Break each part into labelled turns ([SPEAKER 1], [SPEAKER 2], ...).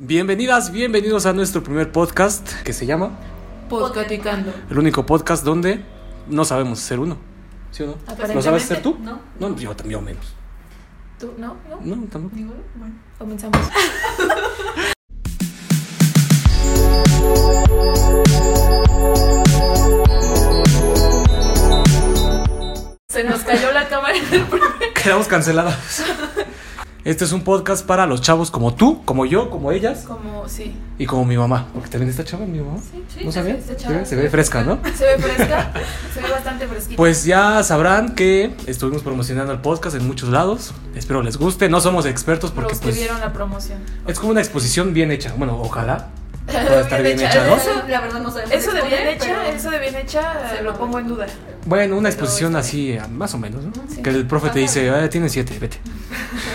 [SPEAKER 1] Bienvenidas, bienvenidos a nuestro primer podcast que se llama
[SPEAKER 2] Podcaticando.
[SPEAKER 1] El único podcast donde no sabemos ser uno. ¿Sí o no? ¿Lo sabes hacer tú?
[SPEAKER 2] No.
[SPEAKER 1] No, yo también menos.
[SPEAKER 2] ¿Tú? ¿No? ¿No?
[SPEAKER 1] No, tampoco.
[SPEAKER 2] ¿Ninguno? Bueno, comenzamos. Se nos cayó la cámara del primer.
[SPEAKER 1] Quedamos canceladas. Este es un podcast para los chavos como tú, como yo, como ellas
[SPEAKER 2] Como, sí.
[SPEAKER 1] y como mi mamá. Porque también está chava mi mamá.
[SPEAKER 2] Sí, sí,
[SPEAKER 1] ¿No
[SPEAKER 2] se ve,
[SPEAKER 1] sabía?
[SPEAKER 2] está
[SPEAKER 1] Se
[SPEAKER 2] chava.
[SPEAKER 1] ve- Se ve fresca, ¿no?
[SPEAKER 2] Se ve fresca. Se ve bastante fresquita.
[SPEAKER 1] Pues ya sabrán que estuvimos promocionando el podcast en muchos lados. Espero les guste. No somos expertos porque
[SPEAKER 2] Los que
[SPEAKER 1] pues,
[SPEAKER 2] vieron la promoción.
[SPEAKER 1] es como una exposición bien hecha. Bueno, ojalá. Puede estar bien hecha, ¿no?
[SPEAKER 2] Eso,
[SPEAKER 3] la verdad no sabemos.
[SPEAKER 2] eso de bien
[SPEAKER 3] exponer,
[SPEAKER 2] hecha,
[SPEAKER 3] pero-
[SPEAKER 2] eso de bien hecha,
[SPEAKER 3] Se
[SPEAKER 2] eh, lo
[SPEAKER 3] lo-
[SPEAKER 2] pongo en duda.
[SPEAKER 1] Bueno, una exposición así, eh, más o menos, ¿no?
[SPEAKER 2] Sí.
[SPEAKER 1] Que el profe te dice, "Ah, tienes siete, vete.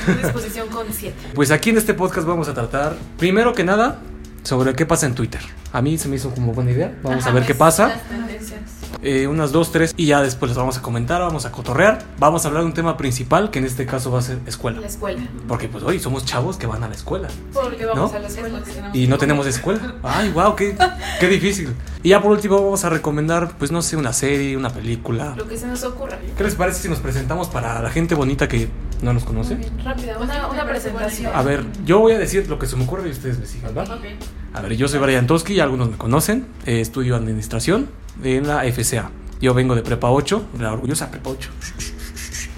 [SPEAKER 2] Una exposición con 7.
[SPEAKER 1] Pues aquí en este podcast vamos a tratar, primero que nada, sobre qué pasa en Twitter. A mí se me hizo como buena idea. Vamos
[SPEAKER 2] Ajá,
[SPEAKER 1] a ver qué
[SPEAKER 2] pues,
[SPEAKER 1] pasa.
[SPEAKER 3] Las tendencias.
[SPEAKER 1] Eh, unas dos, tres, y ya después las vamos a comentar, vamos a cotorrear. Vamos a hablar de un tema principal, que en este caso va a ser escuela.
[SPEAKER 2] La escuela.
[SPEAKER 1] Porque pues hoy somos chavos que van a la escuela.
[SPEAKER 2] Porque vamos
[SPEAKER 1] ¿No?
[SPEAKER 2] a la escuela.
[SPEAKER 1] Y no tenemos escuela. Ay, wow, qué, qué difícil. Y ya por último vamos a recomendar, pues no sé, una serie, una película.
[SPEAKER 2] Lo que se nos ocurra.
[SPEAKER 1] ¿Qué les parece si nos presentamos para la gente bonita que no nos conoce?
[SPEAKER 2] Rápida, una, una presentación.
[SPEAKER 1] A ver, yo voy a decir lo que se me ocurre y ustedes me siguen, ¿va?
[SPEAKER 3] Ok.
[SPEAKER 1] A ver, yo soy Brian Toski, ya algunos me conocen. eh, estudio administración en la FCA. Yo vengo de Prepa 8, de la orgullosa Prepa 8.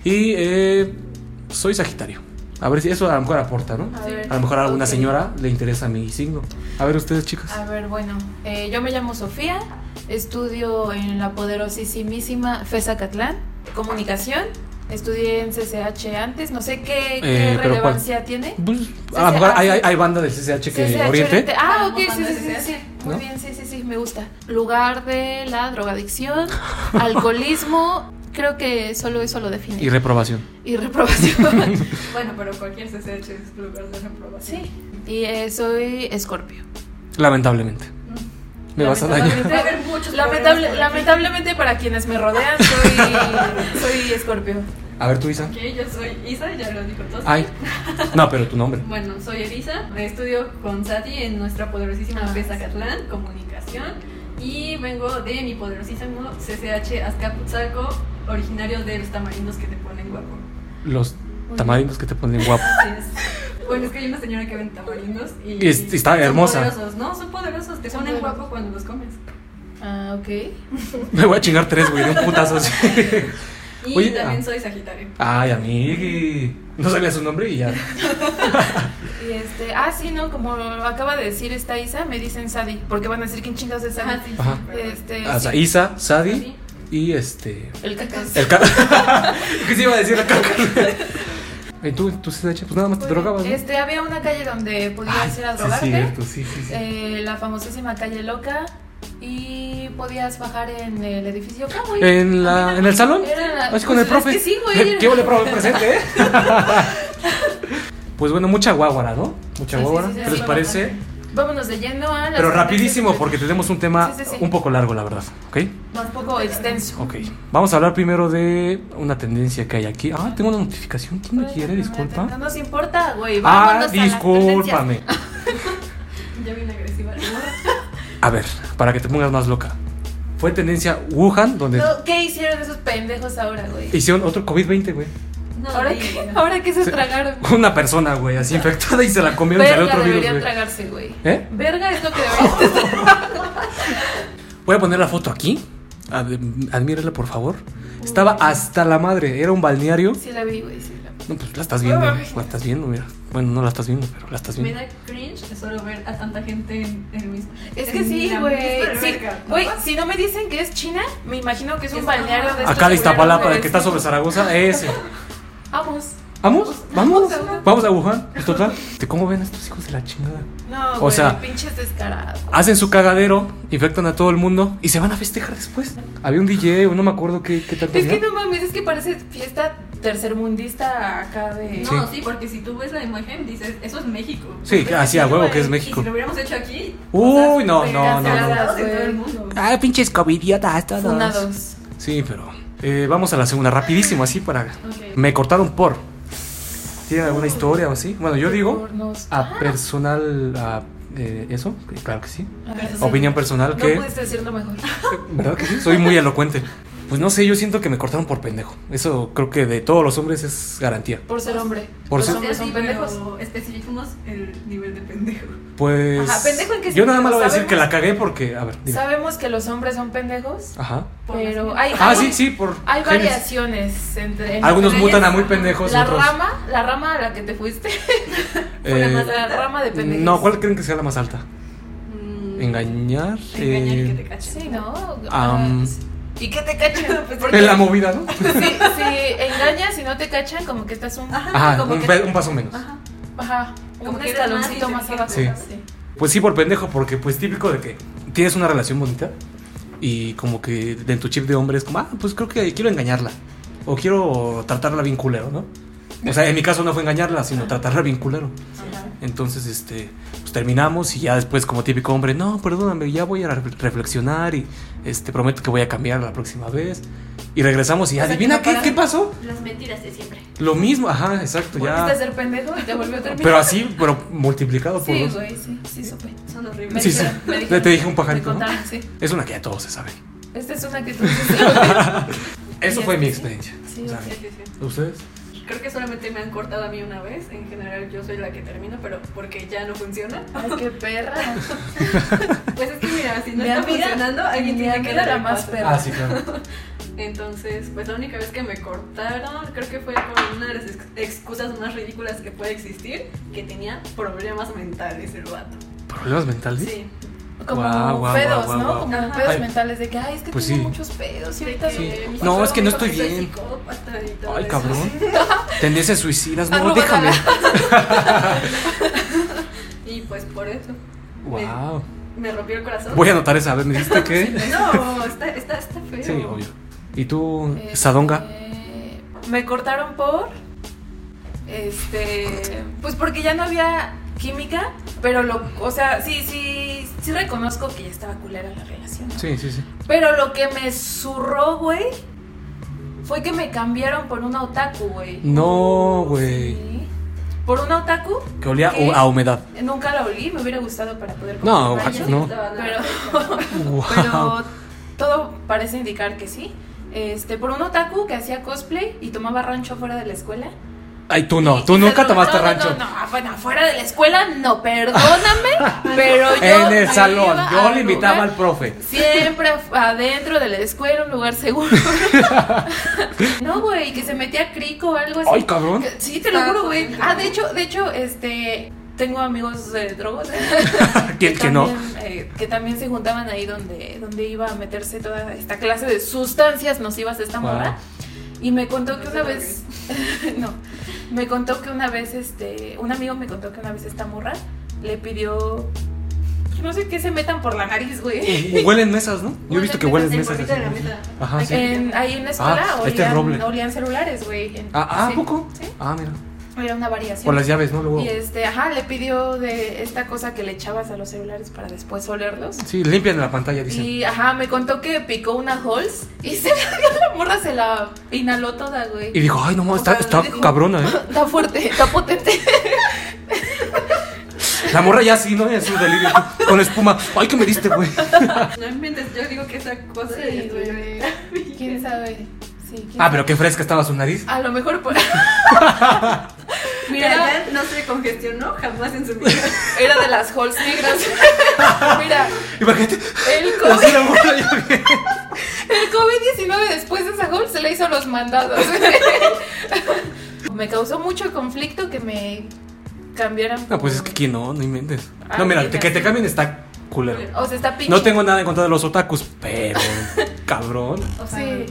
[SPEAKER 1] Y eh, soy Sagitario. A ver si eso a lo mejor aporta, ¿no?
[SPEAKER 2] A ver.
[SPEAKER 1] A lo mejor a alguna
[SPEAKER 2] Ok.
[SPEAKER 1] señora le interesa mi signo. A ver, ustedes, chicas.
[SPEAKER 2] A ver, bueno, eh, yo me llamo Sofía, estudio en la poderosísimísima FESA Catlán, comunicación. Estudié en CCH antes, no sé qué, qué
[SPEAKER 1] Eh, pero ¿cuál?
[SPEAKER 2] relevancia tiene.
[SPEAKER 1] Pues, a lo mejor hay, hay- hay banda del CCH que
[SPEAKER 2] CCH
[SPEAKER 1] oriente.
[SPEAKER 2] Oriente. Ah,
[SPEAKER 3] Ah,
[SPEAKER 2] ok, sí,
[SPEAKER 3] cuando
[SPEAKER 2] sí, sí,
[SPEAKER 3] es
[SPEAKER 2] sí.
[SPEAKER 1] CCH,
[SPEAKER 2] Muy
[SPEAKER 1] ¿no?
[SPEAKER 2] bien, sí, sí, sí, me gusta. Lugar de la drogadicción, alcoholismo, creo que solo eso lo define.
[SPEAKER 1] Y reprobación.
[SPEAKER 2] y reprobación.
[SPEAKER 3] Bueno, pero cualquier CCH es lugar de reprobación.
[SPEAKER 2] sí. Y eh, soy escorpio.
[SPEAKER 1] Lamentablemente. Me vas a dañar.
[SPEAKER 2] Lamentablemente-
[SPEAKER 3] Va a Mm. haber muchos
[SPEAKER 2] Lamentable-
[SPEAKER 3] problemas por aquí.
[SPEAKER 2] lamentablemente para quienes me rodean, soy, soy escorpio.
[SPEAKER 1] A ver, tú, Isa.
[SPEAKER 3] Ok, yo soy Isa, ya lo dijo todo.
[SPEAKER 1] Ay. No, pero tu nombre.
[SPEAKER 3] Bueno, soy Elisa, estudio con Sati en nuestra poderosísima
[SPEAKER 2] Ah,
[SPEAKER 3] FESA Catlán, comunicación. Y vengo de mi poderosísimo CCH Azcapotzalco, originario de los tamarindos que te ponen guapo.
[SPEAKER 1] Los tamarindos que te ponen guapo.
[SPEAKER 3] Así es. Bueno, es que hay una señora que vende tamarindos y,
[SPEAKER 1] Y es- está
[SPEAKER 3] son
[SPEAKER 1] hermosa.
[SPEAKER 3] poderosos, no, son poderosos, te
[SPEAKER 2] Son
[SPEAKER 3] ponen
[SPEAKER 2] poderosos.
[SPEAKER 3] guapo cuando los comes.
[SPEAKER 2] Ah, ok.
[SPEAKER 1] Me voy a chingar tres, güey, de un putazo así.
[SPEAKER 3] Y
[SPEAKER 1] Oye,
[SPEAKER 3] también
[SPEAKER 1] ah.
[SPEAKER 3] soy Sagitario.
[SPEAKER 1] Ay, amigui. No sabía su nombre y ya.
[SPEAKER 2] Y este, ah, sí, no, como lo acaba de decir esta Isa, me dicen Sadi, porque van a decir quién chingados es Sadi.
[SPEAKER 1] Ajá.
[SPEAKER 2] Este,
[SPEAKER 1] O sea,
[SPEAKER 2] Ah, sí.
[SPEAKER 1] Ah, Isa, Sadi y este.
[SPEAKER 2] el cacas.
[SPEAKER 1] El caca. ¿Qué se iba a decir la caca? ¿Y tú, tú, CCH? Pues nada más te drogabas. ¿no?
[SPEAKER 2] Este, había una calle donde
[SPEAKER 1] Ay,
[SPEAKER 2] podías ir a
[SPEAKER 1] sí, es
[SPEAKER 2] drogarte,
[SPEAKER 1] cierto, sí, sí, sí.
[SPEAKER 2] eh, la famosísima calle loca, y podías bajar en el edificio Cowboy.
[SPEAKER 1] ¿En, la, ¿En el salón?
[SPEAKER 2] Era la-
[SPEAKER 1] Así Ah, con
[SPEAKER 2] pues,
[SPEAKER 1] el profe.
[SPEAKER 2] Es que sí, güey.
[SPEAKER 1] ¿Qué huele, profe presente, eh? Pues bueno, mucha guaguara, ¿no? Mucha
[SPEAKER 2] Sí, sí,
[SPEAKER 1] guaguara.
[SPEAKER 2] sí, sí,
[SPEAKER 1] ¿Qué les
[SPEAKER 2] sí.
[SPEAKER 1] parece?
[SPEAKER 2] Vámonos de lleno a la
[SPEAKER 1] Pero rapidísimo, porque tenemos un tema
[SPEAKER 2] Sí, sí, sí.
[SPEAKER 1] un poco largo, la verdad. ¿Ok?
[SPEAKER 2] Un poco extenso.
[SPEAKER 1] Ok. Vamos a hablar primero de una tendencia que hay aquí. Ah, tengo una notificación. ¿Quién me quiere?
[SPEAKER 2] No
[SPEAKER 1] Disculpa.
[SPEAKER 2] nos importa, güey.
[SPEAKER 1] Ah,
[SPEAKER 2] Vámonos a las
[SPEAKER 1] discúlpame.
[SPEAKER 3] Ya viene agresiva.
[SPEAKER 1] A ver, para que te pongas más loca. Fue tendencia Wuhan, donde
[SPEAKER 2] tendencias. No, ¿Qué hicieron esos pendejos ahora, güey?
[SPEAKER 1] hicieron otro COVID-20, güey.
[SPEAKER 3] No,
[SPEAKER 2] ¿Ahora
[SPEAKER 3] sí,
[SPEAKER 2] qué?
[SPEAKER 3] no.
[SPEAKER 2] ¿Ahora qué se tragaron?
[SPEAKER 1] Una persona, güey, así infectada y se la comieron salió
[SPEAKER 2] Verga
[SPEAKER 1] otro virus,
[SPEAKER 2] deberían
[SPEAKER 1] güey.
[SPEAKER 2] tragarse, güey.
[SPEAKER 1] ¿Eh?
[SPEAKER 2] Verga es lo que deberían
[SPEAKER 1] Voy a poner la foto aquí. Ad- Admírala, por favor. Estaba hasta la madre. Era un balneario.
[SPEAKER 2] Sí la vi, güey, sí la vi.
[SPEAKER 1] No, pues la estás viendo.
[SPEAKER 2] Ay.
[SPEAKER 1] La estás viendo, mira. Bueno, no la estás viendo, pero la estás
[SPEAKER 3] Me
[SPEAKER 1] viendo.
[SPEAKER 3] da cringe solo ver a tanta gente en el mismo.
[SPEAKER 2] Es
[SPEAKER 3] en
[SPEAKER 2] que sí,
[SPEAKER 3] la misma
[SPEAKER 2] güey. Sí,
[SPEAKER 3] alberca, ¿no?
[SPEAKER 2] güey, si no me dicen que es China, me imagino que es un
[SPEAKER 3] Es-
[SPEAKER 2] balneario de estos
[SPEAKER 1] Acá de Iztapalapa,
[SPEAKER 2] culeros,
[SPEAKER 1] el que está sobre
[SPEAKER 2] güey.
[SPEAKER 1] Zaragoza, ese.
[SPEAKER 2] Vamos.
[SPEAKER 1] ¿Vamos? ¿Vamos?
[SPEAKER 2] Vamos a Wuhan.
[SPEAKER 1] Vamos a Wuhan. Pues, Total. ¿De ¿Cómo ven a estos hijos de la chingada?
[SPEAKER 2] No,
[SPEAKER 1] O
[SPEAKER 2] güey,
[SPEAKER 1] sea-
[SPEAKER 2] pinches descarados.
[SPEAKER 1] Hacen su cagadero, infectan a todo el mundo y se van a festejar después. Había un DJ, o no me acuerdo qué, qué tanto.
[SPEAKER 2] Es que
[SPEAKER 1] había.
[SPEAKER 2] no mames, es que parece fiesta tercermundista acá de...
[SPEAKER 3] No, sí. porque si tú ves la imagen dices, eso es México.
[SPEAKER 1] Sí, así a huevo que es
[SPEAKER 3] Y
[SPEAKER 1] México.
[SPEAKER 3] si lo hubiéramos hecho aquí.
[SPEAKER 1] Uy,
[SPEAKER 3] cosas
[SPEAKER 1] no, no,
[SPEAKER 3] pegadas
[SPEAKER 1] no,
[SPEAKER 2] no.
[SPEAKER 3] de todo el mundo.
[SPEAKER 2] Pues
[SPEAKER 1] Ah, pinches covidiotas todos.
[SPEAKER 2] Fundados.
[SPEAKER 1] Sí, pero. eh, vamos a la segunda, rapidísimo, así para.
[SPEAKER 3] Ok.
[SPEAKER 1] Me cortaron por. ¿Tienen alguna historia o así? Bueno, yo digo
[SPEAKER 2] Sobornos.
[SPEAKER 1] a personal, a, eh, eso, claro que sí.
[SPEAKER 2] A ver,
[SPEAKER 1] Opinión personal
[SPEAKER 2] No
[SPEAKER 1] que...
[SPEAKER 2] puedes decirlo mejor.
[SPEAKER 1] ¿Verdad que sí? Soy muy elocuente. Pues no sé, yo siento que me cortaron por pendejo. Eso creo que de todos los hombres es garantía.
[SPEAKER 2] Por ser hombre.
[SPEAKER 1] Por
[SPEAKER 2] Los
[SPEAKER 1] ser-
[SPEAKER 2] hombres son pendejos.
[SPEAKER 3] especificamos el nivel de pendejo.
[SPEAKER 1] Pues.
[SPEAKER 2] Ajá, ¿pendejo en qué
[SPEAKER 1] yo nada
[SPEAKER 2] sentido?
[SPEAKER 1] más le voy a decir
[SPEAKER 2] ¿Sabemos?
[SPEAKER 1] que la cagué porque. A ver, dime.
[SPEAKER 2] Sabemos que los hombres son pendejos,
[SPEAKER 1] Ajá.
[SPEAKER 3] Por
[SPEAKER 2] pero
[SPEAKER 3] las-
[SPEAKER 2] hay,
[SPEAKER 1] Ah,
[SPEAKER 2] hay-
[SPEAKER 1] sí, sí, por.
[SPEAKER 2] hay
[SPEAKER 1] genes.
[SPEAKER 2] variaciones entre. entre
[SPEAKER 1] Algunos
[SPEAKER 2] ellas.
[SPEAKER 1] mutan a muy pendejos,
[SPEAKER 2] La
[SPEAKER 1] otros.
[SPEAKER 2] rama, la rama a la que te fuiste,
[SPEAKER 1] eh,
[SPEAKER 2] la, más- la rama de pendejos.
[SPEAKER 1] no, ¿cuál creen que sea la más alta?
[SPEAKER 3] Mm,
[SPEAKER 1] Engañar.
[SPEAKER 3] Engañar y que te
[SPEAKER 1] eh,
[SPEAKER 3] cachen.
[SPEAKER 2] Sí, ¿no?
[SPEAKER 1] am,
[SPEAKER 2] ¿Y qué te cachan? Porque
[SPEAKER 1] en la movida, ¿no?
[SPEAKER 2] si, si engañas y no te cachan, como que estás un,
[SPEAKER 1] Ajá,
[SPEAKER 2] como
[SPEAKER 1] un,
[SPEAKER 2] que-
[SPEAKER 1] pe- un paso menos.
[SPEAKER 3] Ajá.
[SPEAKER 2] ajá,
[SPEAKER 3] Como
[SPEAKER 2] un
[SPEAKER 3] que estás más
[SPEAKER 2] escaloncito más abajo.
[SPEAKER 1] Sí. Pues sí, por pendejo, porque pues típico de que tienes una relación bonita y como que en tu chip de hombre es como, ah, pues creo que quiero engañarla o quiero tratarla bien culero, ¿no? O sea, en mi caso no fue engañarla, sino tratarla bien culero.
[SPEAKER 3] Ajá.
[SPEAKER 1] Entonces, este, pues terminamos y ya después como típico hombre, no, perdóname, ya voy a ref- reflexionar y este prometo que voy a cambiar la próxima vez. Y regresamos y
[SPEAKER 2] O sea,
[SPEAKER 1] adivina
[SPEAKER 2] que no
[SPEAKER 1] qué, qué pasó.
[SPEAKER 3] Las mentiras de siempre.
[SPEAKER 1] Lo mismo, ajá, exacto,
[SPEAKER 2] Volviste a
[SPEAKER 1] Pues ya.
[SPEAKER 2] ser pendejo y te volvió a terminar.
[SPEAKER 1] Pero así, pero multiplicado por
[SPEAKER 2] Sí,
[SPEAKER 1] dos.
[SPEAKER 2] güey, sí, sí, supe.
[SPEAKER 3] Son
[SPEAKER 2] Me
[SPEAKER 3] horribles.
[SPEAKER 1] Sí, sí.
[SPEAKER 2] dijeron- me
[SPEAKER 1] Ya
[SPEAKER 2] dijeron-
[SPEAKER 1] te dije un
[SPEAKER 2] me
[SPEAKER 1] pajarito, ¿no?
[SPEAKER 2] contaron, sí.
[SPEAKER 1] Es una que ya todos se saben.
[SPEAKER 2] Esta es una que tú dices.
[SPEAKER 1] Eso
[SPEAKER 2] Ya
[SPEAKER 1] fue
[SPEAKER 2] sé,
[SPEAKER 1] mi
[SPEAKER 2] sí.
[SPEAKER 1] experiencia.
[SPEAKER 2] Sí,
[SPEAKER 1] O sea,
[SPEAKER 2] ok.
[SPEAKER 3] Sí, sí, sí.
[SPEAKER 1] ¿Ustedes?
[SPEAKER 3] Creo que solamente me han cortado a mí una vez. En general, yo soy la que termino, pero porque ya no funciona.
[SPEAKER 2] Ay, qué perra.
[SPEAKER 3] Pues es que mira, si no
[SPEAKER 2] Mi
[SPEAKER 3] está
[SPEAKER 2] amiga-
[SPEAKER 3] funcionando, alguien
[SPEAKER 2] mi
[SPEAKER 3] tiene
[SPEAKER 2] amiga
[SPEAKER 3] que dar
[SPEAKER 2] era
[SPEAKER 3] el
[SPEAKER 2] más
[SPEAKER 3] paso.
[SPEAKER 2] perra. Ah, sí,
[SPEAKER 1] claro.
[SPEAKER 3] Entonces, pues la única vez que me cortaron, creo que fue por una de las ex- excusas más ridículas que puede existir, que tenía problemas mentales el vato.
[SPEAKER 1] ¿Problemas mentales?
[SPEAKER 3] Sí.
[SPEAKER 2] Como
[SPEAKER 1] Guau, guau,
[SPEAKER 2] pedos,
[SPEAKER 1] guau,
[SPEAKER 2] ¿no?
[SPEAKER 1] guau.
[SPEAKER 2] Como
[SPEAKER 3] Ajá.
[SPEAKER 2] pedos
[SPEAKER 1] Ay.
[SPEAKER 2] mentales de que, ay, es que
[SPEAKER 1] Pues
[SPEAKER 2] tengo
[SPEAKER 1] sí.
[SPEAKER 2] muchos pedos y
[SPEAKER 3] de
[SPEAKER 2] ahorita
[SPEAKER 3] que
[SPEAKER 1] Sí.
[SPEAKER 3] mi
[SPEAKER 1] No,
[SPEAKER 3] psicólogo
[SPEAKER 1] es que no
[SPEAKER 3] dijo
[SPEAKER 1] estoy
[SPEAKER 3] soy
[SPEAKER 1] bien.
[SPEAKER 3] psicópata y todo
[SPEAKER 1] Ay,
[SPEAKER 3] eso.
[SPEAKER 1] cabrón. Tendencias suicidas, no,
[SPEAKER 2] Arroba
[SPEAKER 1] déjame.
[SPEAKER 3] Y pues por eso
[SPEAKER 1] Wow.
[SPEAKER 3] me rompió el corazón.
[SPEAKER 1] Voy a anotar esa, a ver, ¿me dijiste que?
[SPEAKER 3] No, está, está, está feo.
[SPEAKER 1] Sí, obvio. ¿Y tú,
[SPEAKER 2] Este,
[SPEAKER 1] Sadonga?
[SPEAKER 2] Me cortaron por. Este. Pues porque ya no había química, pero lo. O sea, sí, sí. Sí reconozco que ya estaba culera la relación. ¿no?
[SPEAKER 1] Sí, sí, sí.
[SPEAKER 2] Pero lo que me zurró, güey, fue que me cambiaron por una otaku, güey.
[SPEAKER 1] No, güey.
[SPEAKER 2] Sí. ¿Por una otaku?
[SPEAKER 1] Que olía
[SPEAKER 2] ¿Qué?
[SPEAKER 1] a humedad.
[SPEAKER 2] Nunca la olí, me hubiera gustado para poder
[SPEAKER 1] No, ojalá.
[SPEAKER 2] confirmar.
[SPEAKER 3] Ya
[SPEAKER 1] Ah, No.
[SPEAKER 3] estaba la-
[SPEAKER 2] Pero.
[SPEAKER 1] Wow.
[SPEAKER 2] Pero todo parece indicar que sí. Este, por un otaku que hacía cosplay y tomaba rancho fuera de la escuela.
[SPEAKER 1] Ay, tú no, tú
[SPEAKER 2] Y-
[SPEAKER 1] nunca
[SPEAKER 2] no,
[SPEAKER 1] tomaste
[SPEAKER 2] no,
[SPEAKER 1] rancho.
[SPEAKER 2] No, no, ah, bueno, fuera de la escuela no, perdóname, pero yo
[SPEAKER 1] En el
[SPEAKER 2] me
[SPEAKER 1] salón,
[SPEAKER 2] iba
[SPEAKER 1] yo
[SPEAKER 2] al
[SPEAKER 1] le invitaba
[SPEAKER 2] lugar,
[SPEAKER 1] al profe.
[SPEAKER 2] Siempre af- adentro de la escuela, un lugar seguro. no, güey, que se metía crico o algo así.
[SPEAKER 1] Ay, cabrón.
[SPEAKER 2] Sí, te lo
[SPEAKER 3] Estaba
[SPEAKER 2] juro, güey.
[SPEAKER 3] jodiendo.
[SPEAKER 2] Ah, de hecho, de hecho, este, tengo amigos de drogos.
[SPEAKER 1] ¿Quién que no?
[SPEAKER 2] también, eh, que también se juntaban ahí donde, donde iba a meterse toda esta clase de sustancias nocivas esta
[SPEAKER 1] Wow.
[SPEAKER 2] morra. Y me contó que
[SPEAKER 3] No
[SPEAKER 2] una
[SPEAKER 3] sé
[SPEAKER 2] vez, no, me contó que una vez, este, un amigo me contó que una vez esta morra le pidió, no sé qué se metan por la nariz, güey.
[SPEAKER 1] Huelen mesas, ¿no? Yo he visto que huelen
[SPEAKER 3] Huelen mesas,
[SPEAKER 1] mesas.
[SPEAKER 3] el
[SPEAKER 1] así.
[SPEAKER 3] polvito de la mesa.
[SPEAKER 1] Ajá, Ah, sí.
[SPEAKER 2] En- ahí en la escuela
[SPEAKER 1] Ah, este es
[SPEAKER 2] olían,
[SPEAKER 1] roble.
[SPEAKER 2] olían celulares, güey. En-
[SPEAKER 1] Ah, ah, ¿a
[SPEAKER 2] sí,
[SPEAKER 1] poco?
[SPEAKER 2] Sí,
[SPEAKER 1] Ah, mira.
[SPEAKER 2] era una variación.
[SPEAKER 1] O las llaves, ¿no? Luego.
[SPEAKER 2] Y este, ajá, le pidió de esta cosa que le echabas a los celulares para después olerlos.
[SPEAKER 1] Sí, limpian la pantalla, dicen.
[SPEAKER 2] Y ajá, me contó que picó una Halls y se la dio a la morra, se la inhaló toda, güey.
[SPEAKER 1] Y dijo, ay, no, mames, está,
[SPEAKER 2] O sea,
[SPEAKER 1] está
[SPEAKER 2] dijo-
[SPEAKER 1] cabrona, ¿eh?
[SPEAKER 2] Está fuerte, está potente.
[SPEAKER 1] La morra ya sí, ¿no? En su delirio, con espuma. Ay, que me diste, güey.
[SPEAKER 3] No inventes, yo digo que esa cosa
[SPEAKER 2] Sí,
[SPEAKER 3] ya estuvo
[SPEAKER 2] güey. ¿Quién sabe? Sí, ¿quién
[SPEAKER 1] Ah, pero qué fresca estaba su nariz.
[SPEAKER 2] A lo mejor por... Mira,
[SPEAKER 3] Mira, no se congestionó jamás en su vida.
[SPEAKER 2] era de las Halls negras. Mira,
[SPEAKER 1] Imagínate,
[SPEAKER 2] el
[SPEAKER 1] así
[SPEAKER 2] COVID,
[SPEAKER 1] la morra ya bien.
[SPEAKER 2] el COVID-19 después de esa Halls se le hizo los mandados. me causó mucho conflicto que me cambiaran.
[SPEAKER 1] No, pues es
[SPEAKER 2] por-
[SPEAKER 1] que aquí no, no inventes.
[SPEAKER 2] Ah,
[SPEAKER 1] No, mira,
[SPEAKER 2] mira,
[SPEAKER 1] te- que te
[SPEAKER 2] sí.
[SPEAKER 1] cambien está culero.
[SPEAKER 2] O sea, está pinche.
[SPEAKER 1] No tengo nada en contra de los otakus, pero. Cabrón.
[SPEAKER 3] O sea,
[SPEAKER 2] Sí.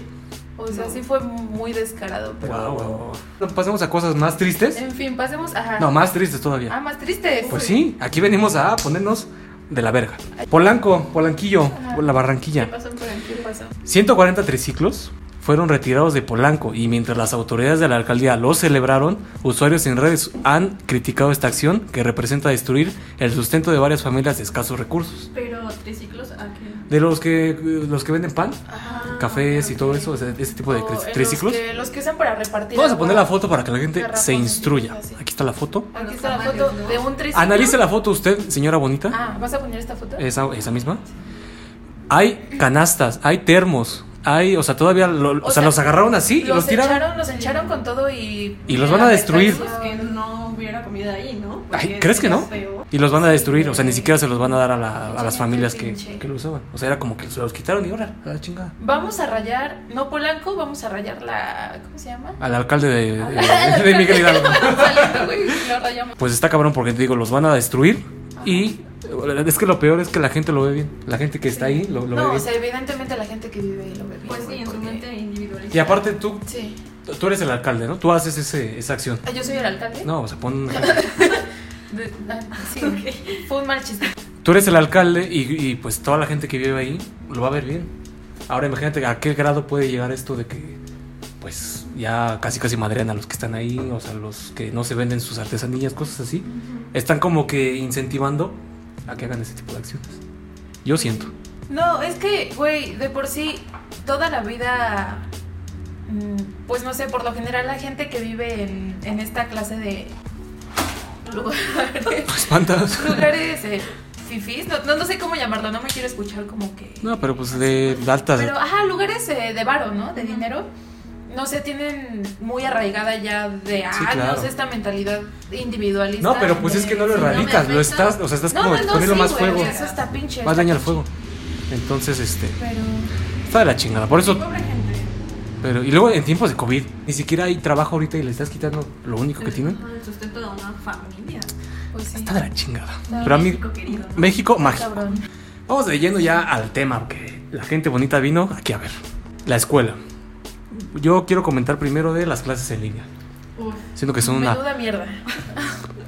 [SPEAKER 2] O sea,
[SPEAKER 3] No.
[SPEAKER 2] sí fue muy descarado, pero.
[SPEAKER 1] Wow, Pasemos a cosas más tristes.
[SPEAKER 2] En fin, pasemos a.
[SPEAKER 1] No, más tristes todavía.
[SPEAKER 2] Eh. Ah, más tristes.
[SPEAKER 1] Pues sí, aquí venimos a ponernos de la verga. Polanco, Polanquillo,
[SPEAKER 2] Ajá.
[SPEAKER 1] la
[SPEAKER 2] ¿Qué
[SPEAKER 1] Barranquilla.
[SPEAKER 2] pasó por aquí? ¿Qué pasó?
[SPEAKER 1] 140 triciclos fueron retirados de Polanco y mientras las autoridades de la alcaldía los celebraron, usuarios en redes han criticado esta acción que representa destruir el sustento de varias familias de escasos recursos.
[SPEAKER 3] Pero triciclos, ¿a qué?
[SPEAKER 1] De los que los que venden pan,
[SPEAKER 3] Ah,
[SPEAKER 2] Ah,
[SPEAKER 1] cafés y
[SPEAKER 2] ok.
[SPEAKER 1] todo eso, o sea, ese tipo de
[SPEAKER 2] O,
[SPEAKER 1] tres-
[SPEAKER 2] eh,
[SPEAKER 1] triciclos.
[SPEAKER 2] Los que, los que usan para repartir.
[SPEAKER 1] Vamos a poner la
[SPEAKER 2] agua.
[SPEAKER 1] foto para que la gente
[SPEAKER 2] garrafas
[SPEAKER 1] se
[SPEAKER 2] en
[SPEAKER 1] instruya.
[SPEAKER 2] vidrio, sí.
[SPEAKER 1] Aquí está la foto.
[SPEAKER 2] Aquí está la foto de un triciclo.
[SPEAKER 1] Analice la foto usted, señora bonita.
[SPEAKER 2] Ah, ¿vas a poner esta foto?
[SPEAKER 1] Esa, esa misma. Hay canastas, hay termos, hay, o sea, todavía, lo- o, sea,
[SPEAKER 2] sea,
[SPEAKER 1] los agarraron así y
[SPEAKER 2] los,
[SPEAKER 1] los tiraron.
[SPEAKER 2] echaron, los echaron con todo y.
[SPEAKER 1] Y los van a destruir.
[SPEAKER 3] Pues que no hubiera comida ahí, ¿no?
[SPEAKER 1] Ay,
[SPEAKER 3] Porque
[SPEAKER 1] ¿Crees que
[SPEAKER 3] sería
[SPEAKER 1] no?
[SPEAKER 3] feo.
[SPEAKER 1] Y los van a destruir, o sea, ni siquiera se los van a dar a, la- a las
[SPEAKER 2] Pinche
[SPEAKER 1] familias que,
[SPEAKER 2] pinche.
[SPEAKER 1] que lo usaban. O sea, era como que se los quitaron y ahora, a la chingada.
[SPEAKER 2] Vamos a rayar, no Polanco, vamos a rayar la. ¿Cómo se llama?
[SPEAKER 1] Al alcalde de, de- Ah, de Miguel Hidalgo.
[SPEAKER 2] Saliendo, güey, lo rayamos.
[SPEAKER 1] Pues está cabrón porque te digo, los van a destruir y eh, es que lo peor es que la gente lo ve bien. La gente que está ahí lo, lo ve
[SPEAKER 2] No, o
[SPEAKER 1] bien.
[SPEAKER 2] sea, evidentemente la gente que vive ahí lo ve bien.
[SPEAKER 3] Pues sí,
[SPEAKER 2] güey,
[SPEAKER 3] en su
[SPEAKER 2] porque-
[SPEAKER 3] mente individualista.
[SPEAKER 1] Y aparte tú,
[SPEAKER 2] Sí.
[SPEAKER 1] tú eres el alcalde, ¿no? Tú haces ese, esa acción.
[SPEAKER 2] Ah, Yo soy el alcalde.
[SPEAKER 1] No, o sea, pon...
[SPEAKER 2] De- ah, sí. Fue un mal chiste.
[SPEAKER 1] Tú eres el alcalde y, y, pues toda la gente que vive ahí lo va a ver bien. Ahora imagínate a qué grado puede llegar esto de que pues ya casi casi madrean a los que están ahí, o sea, los que no se venden sus artesanías, cosas así. Están como que incentivando a que hagan ese tipo de acciones. Yo siento.
[SPEAKER 2] No, es que, güey, de por sí, toda la vida, mm, pues no sé, por lo general la gente que vive en, en esta clase de lugares,
[SPEAKER 1] ¿Espantas?
[SPEAKER 2] lugares eh, fifís, no, no, no sé cómo llamarlo, no me quiero escuchar como que...
[SPEAKER 1] No, pero pues de altas...
[SPEAKER 2] Pero, ajá, lugares eh, de varo, ¿no? De dinero. No sé, tienen muy arraigada ya de años
[SPEAKER 1] claro.
[SPEAKER 2] esta mentalidad individualista.
[SPEAKER 1] No, pero pues es que no lo
[SPEAKER 2] de- si me
[SPEAKER 1] erradicas, lo
[SPEAKER 2] afecta-
[SPEAKER 1] estás, o sea, estás
[SPEAKER 2] No,
[SPEAKER 1] como
[SPEAKER 2] no, no,
[SPEAKER 1] poniendo
[SPEAKER 2] sí,
[SPEAKER 1] más
[SPEAKER 2] güey,
[SPEAKER 1] fuego,
[SPEAKER 2] Eso está pinche.
[SPEAKER 1] más
[SPEAKER 2] está
[SPEAKER 1] daño al
[SPEAKER 2] pinche.
[SPEAKER 1] fuego. Entonces, este,
[SPEAKER 2] Pero...
[SPEAKER 1] está de la chingada. Por eso
[SPEAKER 3] Pobre gente.
[SPEAKER 1] Pero, y luego en tiempos de COVID, ni siquiera hay trabajo ahorita y le estás quitando lo único que tienen.
[SPEAKER 3] Ajá, El sustento de una familia.
[SPEAKER 2] Pues sí.
[SPEAKER 1] Está de la chingada.
[SPEAKER 2] Está
[SPEAKER 1] Pero a mí,
[SPEAKER 3] México querido, ¿no?
[SPEAKER 1] México mágico.
[SPEAKER 2] Cabrón.
[SPEAKER 1] Vamos de lleno ya al tema, porque la gente bonita vino aquí a ver. La escuela. Yo quiero comentar primero de las clases en línea.
[SPEAKER 3] Uf,
[SPEAKER 1] Siento que son una.
[SPEAKER 2] Menuda mierda.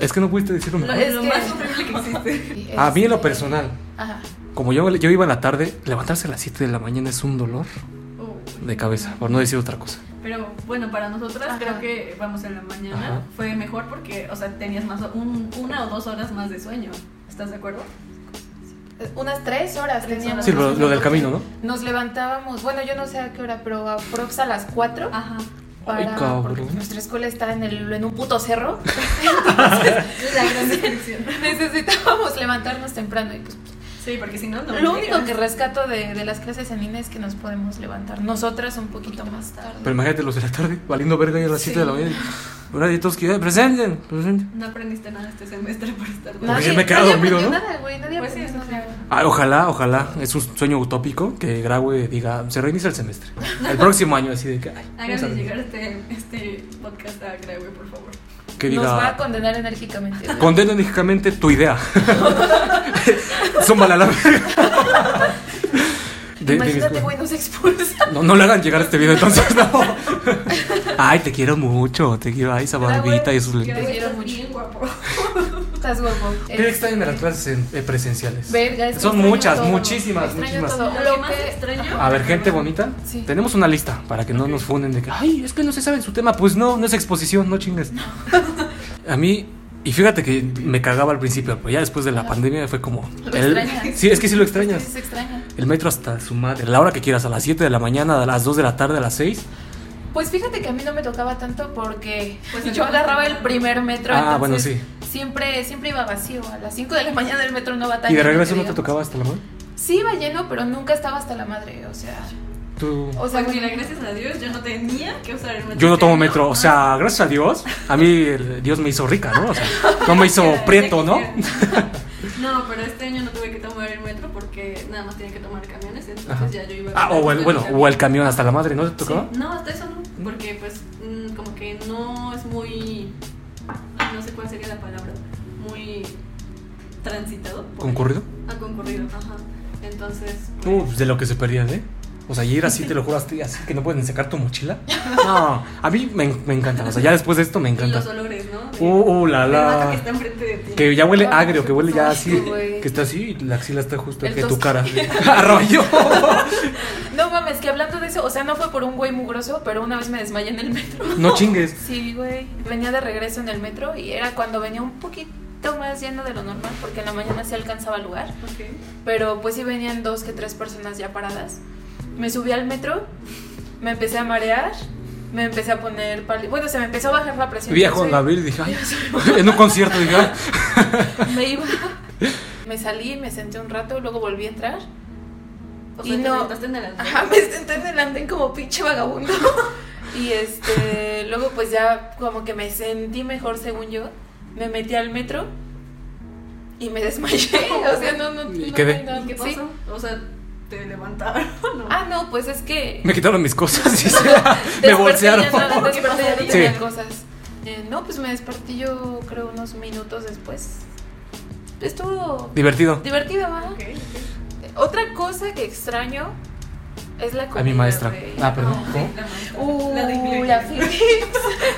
[SPEAKER 1] Es que no pudiste decirlo
[SPEAKER 2] Lo-
[SPEAKER 1] mejor.
[SPEAKER 2] es
[SPEAKER 3] lo
[SPEAKER 2] que-
[SPEAKER 3] más horrible que existe.
[SPEAKER 1] A mí en Ah, lo personal,
[SPEAKER 2] este, Ajá.
[SPEAKER 1] como yo, yo iba en la tarde, levantarse a las 7 de la mañana es un dolor
[SPEAKER 2] Oh,
[SPEAKER 3] Uy.
[SPEAKER 1] de cabeza, por no decir otra cosa.
[SPEAKER 3] Pero bueno, para nosotras
[SPEAKER 2] Ajá.
[SPEAKER 3] creo que vamos en la mañana
[SPEAKER 1] Ajá.
[SPEAKER 3] fue mejor porque, o sea, tenías más un- una o dos horas más de sueño. ¿Estás de acuerdo?
[SPEAKER 2] Unas tres horas
[SPEAKER 3] Tres
[SPEAKER 2] teníamos.
[SPEAKER 1] Sí, lo, lo del camino, ¿no?
[SPEAKER 2] Nos levantábamos, bueno, yo no sé a qué hora, pero aprox a las cuatro.
[SPEAKER 3] Ajá.
[SPEAKER 1] Ay,
[SPEAKER 2] Para,
[SPEAKER 1] cabrón.
[SPEAKER 2] porque nuestra escuela está en, el, en un puto cerro.
[SPEAKER 3] La gran descripción.
[SPEAKER 2] Necesitábamos levantarnos temprano. Y pues,
[SPEAKER 3] Sí, porque si no, no.
[SPEAKER 2] lo único
[SPEAKER 3] llegas.
[SPEAKER 2] que rescato de, de las clases en línea es que nos podemos levantar. Nosotras un poquito más tarde.
[SPEAKER 1] Pero imagínate los de la tarde, valiendo verga ya a las
[SPEAKER 2] Sí.
[SPEAKER 1] 7 de la mañana. Ahora y todos que "Eh, presenten, presenten.
[SPEAKER 3] No aprendiste nada este semestre por
[SPEAKER 1] Nada.
[SPEAKER 3] estar dormida.
[SPEAKER 1] Pues yo me he quedado
[SPEAKER 2] nadie
[SPEAKER 1] dormido,
[SPEAKER 2] aprendió
[SPEAKER 1] ¿no?
[SPEAKER 2] nada, güey, nadie
[SPEAKER 3] Pues sí,
[SPEAKER 2] aprendió
[SPEAKER 3] eso sí.
[SPEAKER 2] nada.
[SPEAKER 1] Ah, ojalá, ojalá. Es un sueño utópico que Graue diga, se reinicia el semestre. El próximo año, así de que. ay, vamos a
[SPEAKER 3] Háganle
[SPEAKER 1] ver".
[SPEAKER 3] llegar este, este podcast a Graue, por favor.
[SPEAKER 1] Que
[SPEAKER 2] Nos va a
[SPEAKER 1] diga.
[SPEAKER 2] condenar enérgicamente. güey.
[SPEAKER 1] Condena enérgicamente tu idea. Zúmbala a la verga. De- de-
[SPEAKER 2] Imagínate, güey, nos expulsa.
[SPEAKER 1] no, no le hagan llegar este video entonces, no. Ay, te quiero mucho, te quiero. Ay, esa barbita y esos
[SPEAKER 3] Graue,
[SPEAKER 1] lentes.
[SPEAKER 2] Te quiero
[SPEAKER 3] estás
[SPEAKER 2] mucho.
[SPEAKER 3] bien guapo.
[SPEAKER 2] Estás guapo.
[SPEAKER 1] ¿Qué extrañan de las clases en- eh, presenciales?
[SPEAKER 2] Verga, Este, es que
[SPEAKER 1] Son
[SPEAKER 2] extraño
[SPEAKER 1] muchas,
[SPEAKER 2] todo.
[SPEAKER 1] muchísimas,
[SPEAKER 2] Extraño
[SPEAKER 1] muchísimas.
[SPEAKER 2] todo.
[SPEAKER 3] Lo más extraño.
[SPEAKER 1] A ver, gente bonita,
[SPEAKER 2] Sí.
[SPEAKER 1] tenemos una lista para que no nos funden de que, ay, es que no se sabe su tema. Pues no, no es exposición, no chingues. A mí, y fíjate que me cagaba al principio, pero ya después de la pandemia fue como.
[SPEAKER 2] Lo
[SPEAKER 1] el-
[SPEAKER 2] extrañas.
[SPEAKER 1] sí, es que sí lo
[SPEAKER 3] pues,
[SPEAKER 2] Sí,
[SPEAKER 1] extrañas.
[SPEAKER 2] se extraña.
[SPEAKER 1] El metro hasta su madre, la hora que quieras, a las 7 de la mañana, a las 2 de la tarde, a las 6.
[SPEAKER 2] Pues fíjate que a mí no me tocaba tanto porque
[SPEAKER 3] Pues
[SPEAKER 2] yo
[SPEAKER 3] entonces-
[SPEAKER 2] agarraba el primer metro.
[SPEAKER 1] Ah,
[SPEAKER 2] entonces
[SPEAKER 1] bueno, sí.
[SPEAKER 2] Siempre, siempre iba vacío. A las 5 de la mañana el metro no va tan
[SPEAKER 1] ¿Y de
[SPEAKER 2] lleno,
[SPEAKER 1] regreso no te
[SPEAKER 2] digamos.
[SPEAKER 1] tocaba hasta la madre?
[SPEAKER 2] Sí iba lleno, pero nunca estaba hasta la madre. O sea,
[SPEAKER 1] Tú.
[SPEAKER 2] o
[SPEAKER 3] O
[SPEAKER 2] sea,
[SPEAKER 3] sea, mira, gracias a Dios yo no tenía que usar el metro.
[SPEAKER 1] Yo no tomo metro, o sea, gracias a Dios, a mí el- Dios me hizo rica, ¿no? O sea, no me hizo prieto, ¿no?
[SPEAKER 3] No, pero este año no tuve que tomar el metro porque nada más tenía que tomar camiones, entonces
[SPEAKER 1] Ajá.
[SPEAKER 3] ya yo iba
[SPEAKER 1] Ah, o el, bueno, o el camión hasta la madre, ¿no te tocaba?
[SPEAKER 3] No, hasta eso no, porque pues mm, como que no es muy, ay, no sé cuál sería la palabra, muy transitado. por-
[SPEAKER 1] ¿Concurrido?
[SPEAKER 3] Ah, concurrido, ajá. Entonces, pues,
[SPEAKER 1] Uh, pues, de lo que se perdían, ¿eh? O sea, ayer así te lo juro, así, así que no pueden sacar tu mochila. No, a mí me, en- me encanta. O sea, ya después de esto me
[SPEAKER 3] y los
[SPEAKER 1] encanta.
[SPEAKER 3] olores, ¿no? De-
[SPEAKER 1] Uh, uh, la,
[SPEAKER 3] del vato que
[SPEAKER 1] la.
[SPEAKER 3] está enfrente de ti.
[SPEAKER 1] Que ya huele agrio, que huele ya así.
[SPEAKER 2] Ay, güey.
[SPEAKER 1] Que está así y la axila está justo
[SPEAKER 2] El
[SPEAKER 1] que tu
[SPEAKER 2] tosti.
[SPEAKER 1] cara. ¡Arroyo!
[SPEAKER 2] no mames, que hablando de eso, o sea, no fue por un güey mugroso, pero una vez me desmayé en el metro.
[SPEAKER 1] No chingues.
[SPEAKER 2] Sí, güey. Venía de regreso en el metro y era cuando venía un poquito más lleno de lo normal porque en la mañana se alcanzaba lugar.
[SPEAKER 3] Ok.
[SPEAKER 2] Pero pues sí venían dos que tres personas ya paradas. me subí al metro, me empecé a marear, me empecé a poner pali- Bueno, se me empezó a bajar la presión.
[SPEAKER 1] Vi a
[SPEAKER 2] Yo
[SPEAKER 1] Juan
[SPEAKER 2] soy-
[SPEAKER 1] Gabriel y dije, ay, en un concierto, dije, ay,
[SPEAKER 2] Me iba. Me salí, me senté un rato, luego volví a entrar.
[SPEAKER 3] O
[SPEAKER 2] Y
[SPEAKER 3] sea,
[SPEAKER 2] no-
[SPEAKER 3] te sentaste en el andén.
[SPEAKER 2] Ajá, me senté en el andén como pinche vagabundo. Y este, luego pues ya como que me sentí mejor según yo. Me metí al metro y me desmayé. O sea, no, no.
[SPEAKER 1] Y
[SPEAKER 2] no,
[SPEAKER 1] quedé.
[SPEAKER 2] no,
[SPEAKER 3] ¿Y qué pasó?
[SPEAKER 2] sí.
[SPEAKER 3] O sea, te levantaron. No.
[SPEAKER 2] Ah, no, pues es que.
[SPEAKER 1] me quitaron mis cosas y se- me
[SPEAKER 2] desperté
[SPEAKER 1] bolsearon.
[SPEAKER 2] Ya, no, desperté ya no
[SPEAKER 3] Sí.
[SPEAKER 2] tenía cosas. Eh, no, pues me desperté yo creo unos minutos después. Estuvo
[SPEAKER 1] Divertido.
[SPEAKER 2] divertido, ¿va?
[SPEAKER 3] Ok, ok.
[SPEAKER 2] Otra cosa que extraño es la comida.
[SPEAKER 1] A mi maestra.
[SPEAKER 2] güey.
[SPEAKER 1] Ah, perdón.
[SPEAKER 3] No,
[SPEAKER 1] ¿Cómo?
[SPEAKER 3] sí, la maestra.
[SPEAKER 2] Uh,
[SPEAKER 3] La de inglés.
[SPEAKER 2] la Philly.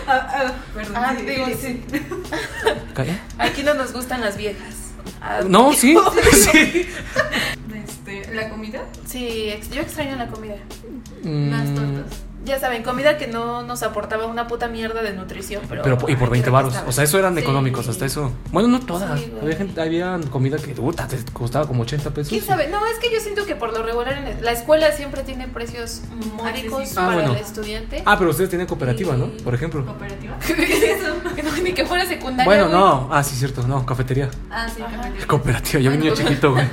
[SPEAKER 3] Ah, ah, perdón.
[SPEAKER 2] Ah,
[SPEAKER 3] sí,
[SPEAKER 2] digo,
[SPEAKER 3] sí.
[SPEAKER 1] ¿Qué?
[SPEAKER 2] Aquí no nos gustan las viejas. Ah,
[SPEAKER 1] No, sí, sí.
[SPEAKER 3] Este, ¿La comida?
[SPEAKER 2] Sí, ex- yo extraño la comida.
[SPEAKER 3] Las
[SPEAKER 1] Mm,
[SPEAKER 3] tortas.
[SPEAKER 2] Ya saben, comida que no nos aportaba una puta mierda de nutrición, pero...
[SPEAKER 1] Pero y por 20 varos. O sea, eso eran
[SPEAKER 2] Sí.
[SPEAKER 1] económicos, hasta eso. Bueno, no todas.
[SPEAKER 2] Sí, güey.
[SPEAKER 1] había, gente- había comida que puta, te costaba como 80 pesos.
[SPEAKER 2] ¿Quién sabe? No, es que yo siento que por lo regular en la- la escuela siempre tiene precios módicos
[SPEAKER 1] Ah,
[SPEAKER 2] para
[SPEAKER 1] bueno.
[SPEAKER 2] el estudiante.
[SPEAKER 1] Ah, pero ustedes tienen cooperativa, ¿no?
[SPEAKER 2] Sí.
[SPEAKER 1] Por ejemplo.
[SPEAKER 3] ¿Cooperativa?
[SPEAKER 2] No, ni que fuera secundaria.
[SPEAKER 1] Bueno,
[SPEAKER 2] güey.
[SPEAKER 1] no. Ah, sí, cierto. No, cafetería.
[SPEAKER 3] Ah, sí,
[SPEAKER 2] Ajá.
[SPEAKER 3] cooperativa.
[SPEAKER 1] Cooperativa. Yo
[SPEAKER 2] Bueno,
[SPEAKER 1] niño
[SPEAKER 2] pues-
[SPEAKER 1] chiquito, güey.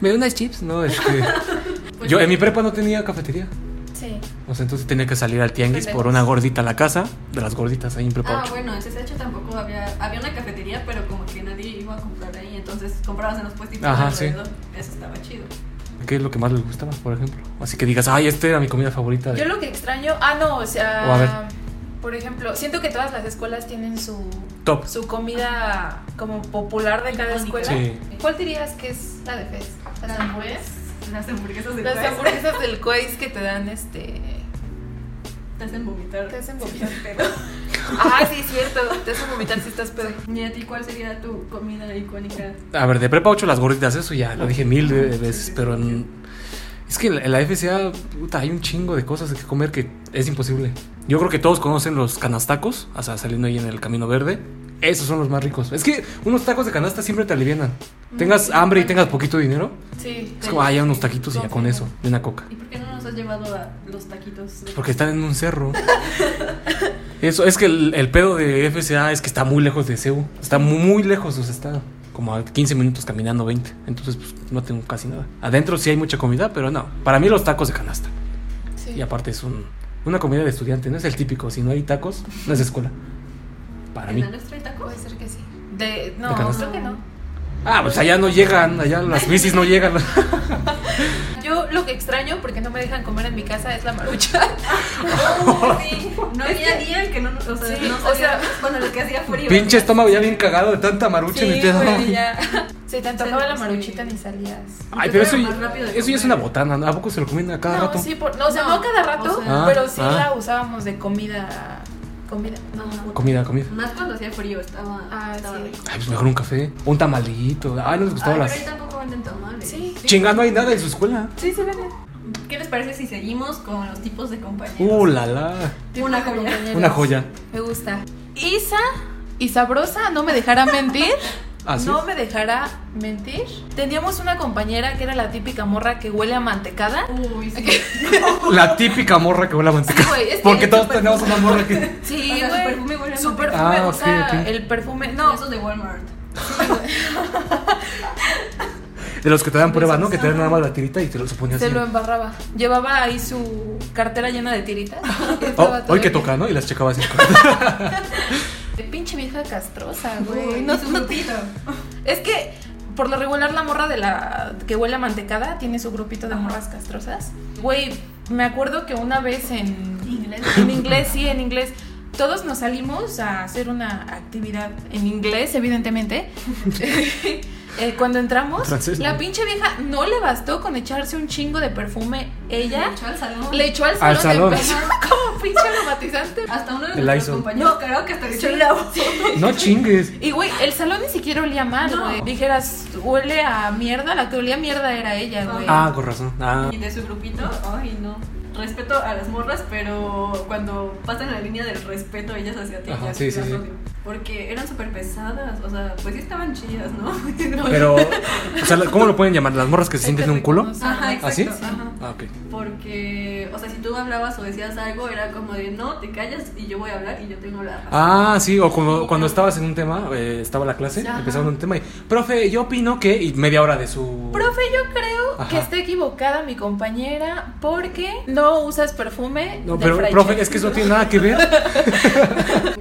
[SPEAKER 1] ¿Me da unas chips? No, este.
[SPEAKER 2] Pues
[SPEAKER 3] Pues
[SPEAKER 1] Yo en mi prepa no tenía cafetería.
[SPEAKER 2] Sí.
[SPEAKER 1] O sea, entonces tenía que salir al tianguis por una gordita a la casa, de las gorditas ahí en prepa
[SPEAKER 3] Ah,
[SPEAKER 1] ocho.
[SPEAKER 3] bueno, en CCH tampoco había, había una cafetería, pero como que nadie iba a comprar ahí, entonces comprabas en los puestitos
[SPEAKER 1] Ajá,
[SPEAKER 3] alrededor. Eso estaba chido.
[SPEAKER 1] ¿Qué es lo que más les gustaba, por ejemplo? Así que digas, ay, esta era mi comida favorita. de-".
[SPEAKER 2] Yo lo que extraño, ah, no, o sea,
[SPEAKER 1] O a ver.
[SPEAKER 2] por ejemplo, siento que todas las escuelas tienen su,
[SPEAKER 1] Top.
[SPEAKER 2] su comida como popular de cada
[SPEAKER 3] Icónica.
[SPEAKER 2] escuela.
[SPEAKER 1] Sí.
[SPEAKER 2] ¿Cuál dirías que es la de FES? ¿Las hamburguesas?
[SPEAKER 3] Las hamburguesas de
[SPEAKER 2] Las
[SPEAKER 3] Quest
[SPEAKER 2] hamburguesas del Quays que te dan este...
[SPEAKER 3] te hacen vomitar.
[SPEAKER 2] Te hacen vomitar.
[SPEAKER 3] Sí, pero-
[SPEAKER 2] Ah, sí, cierto, te hacen vomitar si estás pedo.
[SPEAKER 3] ¿Y a ti cuál sería tu comida icónica?
[SPEAKER 1] A ver, de prepa 8 las gorditas, eso ya lo dije mil de- de veces, pero en- es que en la FCA puta, hay un chingo de cosas que comer que es imposible. Yo creo que todos conocen los canastacos, o sea, saliendo ahí en el Camino Verde. Esos son los más ricos. Es que unos tacos de canasta siempre te alivianan. Tengas hambre y tengas poquito dinero,
[SPEAKER 2] Sí.
[SPEAKER 1] es como, ah, ya unos taquitos y ya con eso, de una coca.
[SPEAKER 3] ¿Y por qué no nos has llevado a los taquitos? de-
[SPEAKER 1] Porque están en un cerro. Eso, es que el, el pedo de FCA es que está muy lejos de CEU. Está muy, muy lejos, o sea, está como a 15 minutos caminando, 20. Entonces, pues no tengo casi nada. Adentro sí hay mucha comida, pero no. Para mí los tacos de canasta.
[SPEAKER 2] Sí.
[SPEAKER 1] Y aparte es un- una comida de estudiante, no es el típico. Si no hay tacos, no es escuela. Para
[SPEAKER 3] ¿En
[SPEAKER 1] mí.
[SPEAKER 3] la nuestra hay tacos?
[SPEAKER 2] Puede ser que sí. De, no,
[SPEAKER 1] ¿De canasta?
[SPEAKER 2] creo que no.
[SPEAKER 1] Ah, pues allá no llegan, allá las bicis no llegan.
[SPEAKER 2] Yo lo que extraño, porque no me dejan comer en mi casa, es la marucha.
[SPEAKER 3] sí. No había día en que no, o sea,
[SPEAKER 2] Sí,
[SPEAKER 3] no
[SPEAKER 2] o
[SPEAKER 3] sabíamos-
[SPEAKER 2] sea-
[SPEAKER 3] bueno, lo que hacía frío.
[SPEAKER 1] Pinche estómago ya bien cagado de tanta marucha en el dedo.
[SPEAKER 2] güey, ya. Si te antojaba
[SPEAKER 3] Sí,
[SPEAKER 2] la
[SPEAKER 3] sí.
[SPEAKER 2] maruchita ni salías.
[SPEAKER 1] Ay, pero eso,
[SPEAKER 3] Más rápido de
[SPEAKER 1] eso ya es
[SPEAKER 3] comer.
[SPEAKER 1] una botana, ¿no? ¿A poco se lo comen a cada
[SPEAKER 2] no,
[SPEAKER 1] rato?
[SPEAKER 2] sí, por, no, o sea,
[SPEAKER 3] No,
[SPEAKER 2] no, cada rato,
[SPEAKER 3] o sea-
[SPEAKER 1] Ah,
[SPEAKER 2] pero sí
[SPEAKER 1] ah.
[SPEAKER 2] la usábamos de comida. Comida. No,
[SPEAKER 3] Ajá.
[SPEAKER 1] Comida, comida.
[SPEAKER 3] Más cuando hacía frío, estaba,
[SPEAKER 2] Ah,
[SPEAKER 3] estaba
[SPEAKER 2] sí.
[SPEAKER 3] rico.
[SPEAKER 1] Ay, pues mejor un café, un tamalito. Ay, no les
[SPEAKER 3] Ay,
[SPEAKER 1] gustaban
[SPEAKER 3] pero
[SPEAKER 1] Pues las.
[SPEAKER 3] ahí tampoco venden tamales.
[SPEAKER 2] Sí.
[SPEAKER 1] Chinga, no hay nada en su escuela.
[SPEAKER 2] Sí, se vende.
[SPEAKER 3] ¿Qué les parece si seguimos con los tipos de compañeros?
[SPEAKER 1] Uh, la la.
[SPEAKER 3] Una joya.
[SPEAKER 1] Una joya.
[SPEAKER 2] Me gusta. Isa y Sabrosa, no me dejará mentir.
[SPEAKER 1] Así.
[SPEAKER 2] no me dejará mentir. Teníamos una compañera que era la típica morra que huele a mantecada.
[SPEAKER 1] Uh.
[SPEAKER 3] Uy, sí.
[SPEAKER 1] La típica morra que huele a manteca.
[SPEAKER 2] Sí, güey, es que
[SPEAKER 1] Porque
[SPEAKER 2] es
[SPEAKER 1] todos
[SPEAKER 2] súper-
[SPEAKER 1] tenemos una morra que.
[SPEAKER 2] Sí,
[SPEAKER 3] O sea, su
[SPEAKER 2] güey.
[SPEAKER 3] perfume huele a
[SPEAKER 2] Su
[SPEAKER 3] manteca.
[SPEAKER 2] perfume,
[SPEAKER 1] Ah,
[SPEAKER 2] o sea,
[SPEAKER 1] ok, ok.
[SPEAKER 2] el perfume.
[SPEAKER 3] No.
[SPEAKER 2] No,
[SPEAKER 3] Esos de Walmart.
[SPEAKER 1] De los que te dan prueba, ¿no? Que te dan nada más la tirita y te lo suponías.
[SPEAKER 2] se lo embarraba. Llevaba ahí su cartera llena de tiritas. y estaba todo
[SPEAKER 1] Oh, hoy que
[SPEAKER 2] lleno.
[SPEAKER 1] toca, ¿no? Y las checabas así.
[SPEAKER 2] Pinche vieja castrosa,
[SPEAKER 3] Uy,
[SPEAKER 2] güey.
[SPEAKER 3] no,
[SPEAKER 2] No,
[SPEAKER 3] su
[SPEAKER 2] no-
[SPEAKER 3] frutito.
[SPEAKER 2] es que por lo regular la morra de la que huele a mantecada tiene su grupito de morras castrosas. Güey, me acuerdo que una vez en
[SPEAKER 3] Inglés.
[SPEAKER 2] en inglés, sí, en inglés. Todos nos salimos a hacer una actividad en inglés, evidentemente. Eh, cuando entramos,
[SPEAKER 1] Francés,
[SPEAKER 2] la
[SPEAKER 1] ¿no?
[SPEAKER 2] pinche vieja no le bastó con echarse un chingo de perfume ella.
[SPEAKER 3] Le echó al salón.
[SPEAKER 2] Le echó al salón,
[SPEAKER 1] Al salón.
[SPEAKER 2] de perfume como pinche aromatizante.
[SPEAKER 3] Hasta uno de
[SPEAKER 1] El
[SPEAKER 3] nuestros
[SPEAKER 1] Lysol.
[SPEAKER 3] compañeros.
[SPEAKER 2] No.
[SPEAKER 3] creo que hasta le echó
[SPEAKER 2] Sí,
[SPEAKER 3] el agua.
[SPEAKER 1] No chingues.
[SPEAKER 2] Y güey, el salón ni siquiera olía mal,
[SPEAKER 3] No.
[SPEAKER 2] güey. Dijeras, huele a mierda, la que olía a mierda era ella, güey.
[SPEAKER 1] Ah, con razón. Ah.
[SPEAKER 3] Y de su grupito. Ay, no. respeto a las morras, pero cuando pasan la línea del respeto ellas hacia ti,
[SPEAKER 1] Ajá,
[SPEAKER 3] ya
[SPEAKER 1] sí, sí,
[SPEAKER 3] las
[SPEAKER 1] sí.
[SPEAKER 3] odio. Porque eran súper pesadas, o sea, pues sí estaban chidas, ¿no?
[SPEAKER 1] Pero, ¿ah, o sea, ¿cómo lo pueden llamar? ¿Las morras que se
[SPEAKER 2] Hay que
[SPEAKER 1] sienten un culo?
[SPEAKER 2] reconocer.
[SPEAKER 3] Ajá, exacto.
[SPEAKER 1] ¿Ah, sí?
[SPEAKER 3] Ajá.
[SPEAKER 1] Ah, ok.
[SPEAKER 3] Porque, o sea, si tú hablabas o decías algo, era como de no, te callas y yo voy a hablar y yo tengo la razón.
[SPEAKER 1] Ah, sí, o como cuando estabas en un tema, eh, estaba la clase,
[SPEAKER 3] Ajá.
[SPEAKER 1] empezaron un tema y, profe, yo opino que, y media hora de su...
[SPEAKER 2] Profe, yo creo
[SPEAKER 1] Ajá.
[SPEAKER 2] que está equivocada mi compañera porque no usas perfume.
[SPEAKER 1] No,
[SPEAKER 2] de
[SPEAKER 1] pero,
[SPEAKER 2] Fray
[SPEAKER 1] profe,
[SPEAKER 2] Chef.
[SPEAKER 1] es que eso no tiene nada que ver.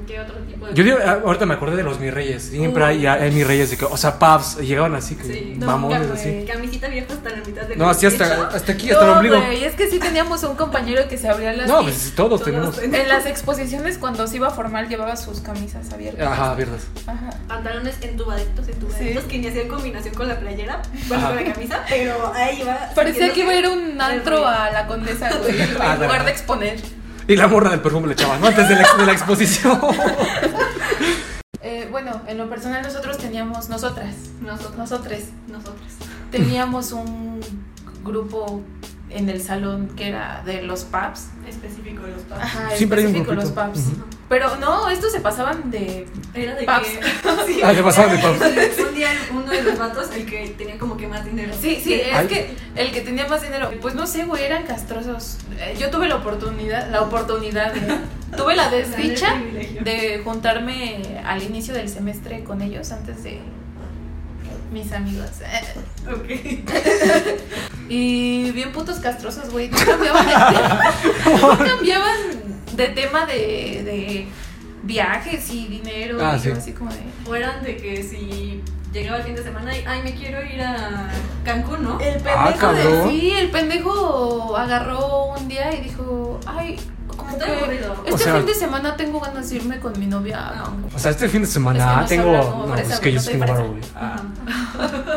[SPEAKER 3] ¿Qué otro tipo de.?
[SPEAKER 1] Yo digo, ah, ahorita me acordé de los mis reyes, siempre hay, hay mis reyes, de que, o sea, pavs, llegaban así, que
[SPEAKER 3] Sí.
[SPEAKER 2] No,
[SPEAKER 1] vamos,
[SPEAKER 2] nunca,
[SPEAKER 1] así.
[SPEAKER 2] güey.
[SPEAKER 3] Camisita abierta hasta la mitad del
[SPEAKER 1] No, así hasta,
[SPEAKER 3] pecho.
[SPEAKER 1] hasta aquí, hasta el
[SPEAKER 2] No,
[SPEAKER 1] ombligo.
[SPEAKER 2] güey, es que sí teníamos un compañero que se abría las
[SPEAKER 1] No,
[SPEAKER 2] pis-
[SPEAKER 1] pues todos
[SPEAKER 3] Todos
[SPEAKER 1] tenemos...
[SPEAKER 3] en-
[SPEAKER 2] En las exposiciones cuando se iba formal llevaba sus camisas abiertas.
[SPEAKER 1] Ajá, abiertas.
[SPEAKER 2] Ajá.
[SPEAKER 3] Pantalones entubaditos, entubaditos,
[SPEAKER 2] Sí.
[SPEAKER 3] que ni hacían combinación con la playera, bueno,
[SPEAKER 1] Ajá.
[SPEAKER 3] con la camisa, pero ahí va.
[SPEAKER 2] Parecía que iba a ir a un
[SPEAKER 3] Al
[SPEAKER 2] antro
[SPEAKER 3] río.
[SPEAKER 2] a la condesa, güey,
[SPEAKER 1] Ah,
[SPEAKER 2] en
[SPEAKER 1] claro.
[SPEAKER 2] lugar de exponer.
[SPEAKER 1] Y la morra del perfume le echaba, ¿no? Antes de la, de la exposición.
[SPEAKER 2] Eh, bueno, en lo personal nosotros teníamos, nosotras,
[SPEAKER 3] Nosotros,
[SPEAKER 2] nosotros
[SPEAKER 3] nosotros.
[SPEAKER 2] teníamos un grupo en el salón que era de los pubs.
[SPEAKER 3] Específico de los
[SPEAKER 1] Ah,
[SPEAKER 3] padres.
[SPEAKER 2] Ajá,
[SPEAKER 1] Siempre hay un
[SPEAKER 2] específico los
[SPEAKER 1] grupito.
[SPEAKER 2] pubs.
[SPEAKER 1] Ujú.
[SPEAKER 2] Pero no, estos se pasaban de...
[SPEAKER 3] Era de
[SPEAKER 2] Paps.
[SPEAKER 3] que. sí.
[SPEAKER 1] Ah, ¿qué pasaba de paps?
[SPEAKER 3] Un día uno de los vatos, el que tenía como que más dinero.
[SPEAKER 2] Sí, sí, es
[SPEAKER 1] Ay.
[SPEAKER 2] que el que tenía más dinero, pues no sé, güey, eran castrosos. Eh, Yo tuve la oportunidad, la oportunidad, de- tuve la desdicha de juntarme al inicio del semestre con ellos antes de mis amigos.
[SPEAKER 3] Ok.
[SPEAKER 2] Y bien putos castrosos, güey. No cambiaban de tema, no cambiaban de, tema de, de viajes y dinero.
[SPEAKER 1] Ah,
[SPEAKER 2] y
[SPEAKER 1] sí.
[SPEAKER 2] yo así como de...
[SPEAKER 3] O eran de que si llegaba el fin de semana y, ay, me quiero ir a Cancún, ¿no?
[SPEAKER 2] El
[SPEAKER 1] Ah,
[SPEAKER 2] pendejo de-
[SPEAKER 1] cabrón.
[SPEAKER 2] sí, el pendejo agarró un día y dijo, ay, como que
[SPEAKER 3] Estoy aburrido. Ah,
[SPEAKER 2] este
[SPEAKER 1] O sea-
[SPEAKER 2] fin de semana tengo ganas de irme con mi novia. a
[SPEAKER 3] No.
[SPEAKER 2] Cancún".
[SPEAKER 1] O sea, este fin de
[SPEAKER 2] Es que
[SPEAKER 1] semana
[SPEAKER 2] no
[SPEAKER 1] tengo...
[SPEAKER 2] sabrá cómo
[SPEAKER 1] No,
[SPEAKER 2] fresa,
[SPEAKER 1] es que yo
[SPEAKER 2] no
[SPEAKER 1] sí
[SPEAKER 2] soy
[SPEAKER 1] tengo
[SPEAKER 2] fresa.
[SPEAKER 1] varo, güey. Ah.
[SPEAKER 3] Ajá.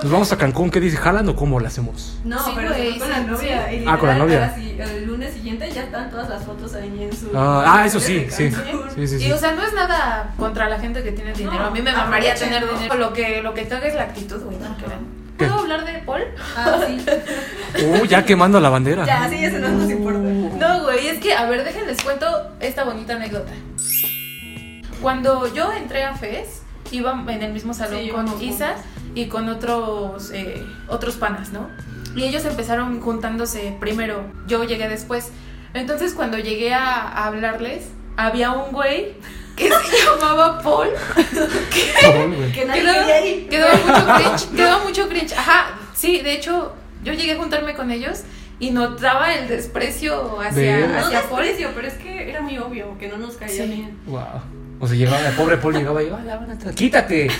[SPEAKER 1] Nos vamos a Cancún, ¿qué dice? ¿Jalan o cómo lo hacemos?
[SPEAKER 3] No,
[SPEAKER 2] Sí,
[SPEAKER 3] pero
[SPEAKER 2] güey,
[SPEAKER 3] fue con
[SPEAKER 2] sí,
[SPEAKER 3] la
[SPEAKER 2] sí.
[SPEAKER 3] novia. y
[SPEAKER 1] Ah, con la
[SPEAKER 3] literal,
[SPEAKER 1] novia.
[SPEAKER 3] ahora sí, el lunes siguiente ya están todas las fotos ahí en su.
[SPEAKER 1] Ah, ah, eso sí,
[SPEAKER 3] de
[SPEAKER 1] sí.
[SPEAKER 3] Cancún.
[SPEAKER 1] Sí, sí,
[SPEAKER 2] Y
[SPEAKER 1] sí.
[SPEAKER 2] o sea, no es nada contra la gente que tiene dinero.
[SPEAKER 3] No,
[SPEAKER 2] a mí me mamaría
[SPEAKER 3] aprovechen,
[SPEAKER 2] tener
[SPEAKER 3] ¿no?
[SPEAKER 2] dinero. Lo que, lo que caga es la actitud, güey. no
[SPEAKER 3] Ajá.
[SPEAKER 2] crean.
[SPEAKER 1] ¿Qué?
[SPEAKER 2] ¿Puedo hablar de Paul?
[SPEAKER 3] Ah, sí.
[SPEAKER 1] Uh, ya quemando la bandera.
[SPEAKER 3] Ya, sí, eso no nos importa.
[SPEAKER 1] Uh.
[SPEAKER 2] No, güey, es que, a ver, déjenles cuento esta bonita anécdota. Cuando yo entré a FES, iba en el mismo salón
[SPEAKER 3] Sí,
[SPEAKER 2] con
[SPEAKER 3] íbamos
[SPEAKER 2] Isa
[SPEAKER 3] juntas.
[SPEAKER 2] y con otros, eh, otros panas, ¿no? Y ellos empezaron juntándose primero, yo llegué después. Entonces, cuando llegué a, a hablarles, había un güey que se llamaba Paul,
[SPEAKER 1] Cabrón, güey.
[SPEAKER 3] Que nadie
[SPEAKER 2] que daba,
[SPEAKER 3] quería ir.
[SPEAKER 2] que daba mucho cringe, que daba mucho cringe. Ajá, sí, de hecho, yo llegué a juntarme con ellos y notaba el desprecio
[SPEAKER 1] De
[SPEAKER 2] hacia,
[SPEAKER 1] él.
[SPEAKER 2] hacia
[SPEAKER 3] no
[SPEAKER 2] Paul.
[SPEAKER 3] desprecio, pero es que era muy obvio que no nos caía
[SPEAKER 2] Sí.
[SPEAKER 3] bien.
[SPEAKER 1] Wow. O sea, llegaba el pobre Paul llegaba y "Ah, hola, buenas tardes. Quítate.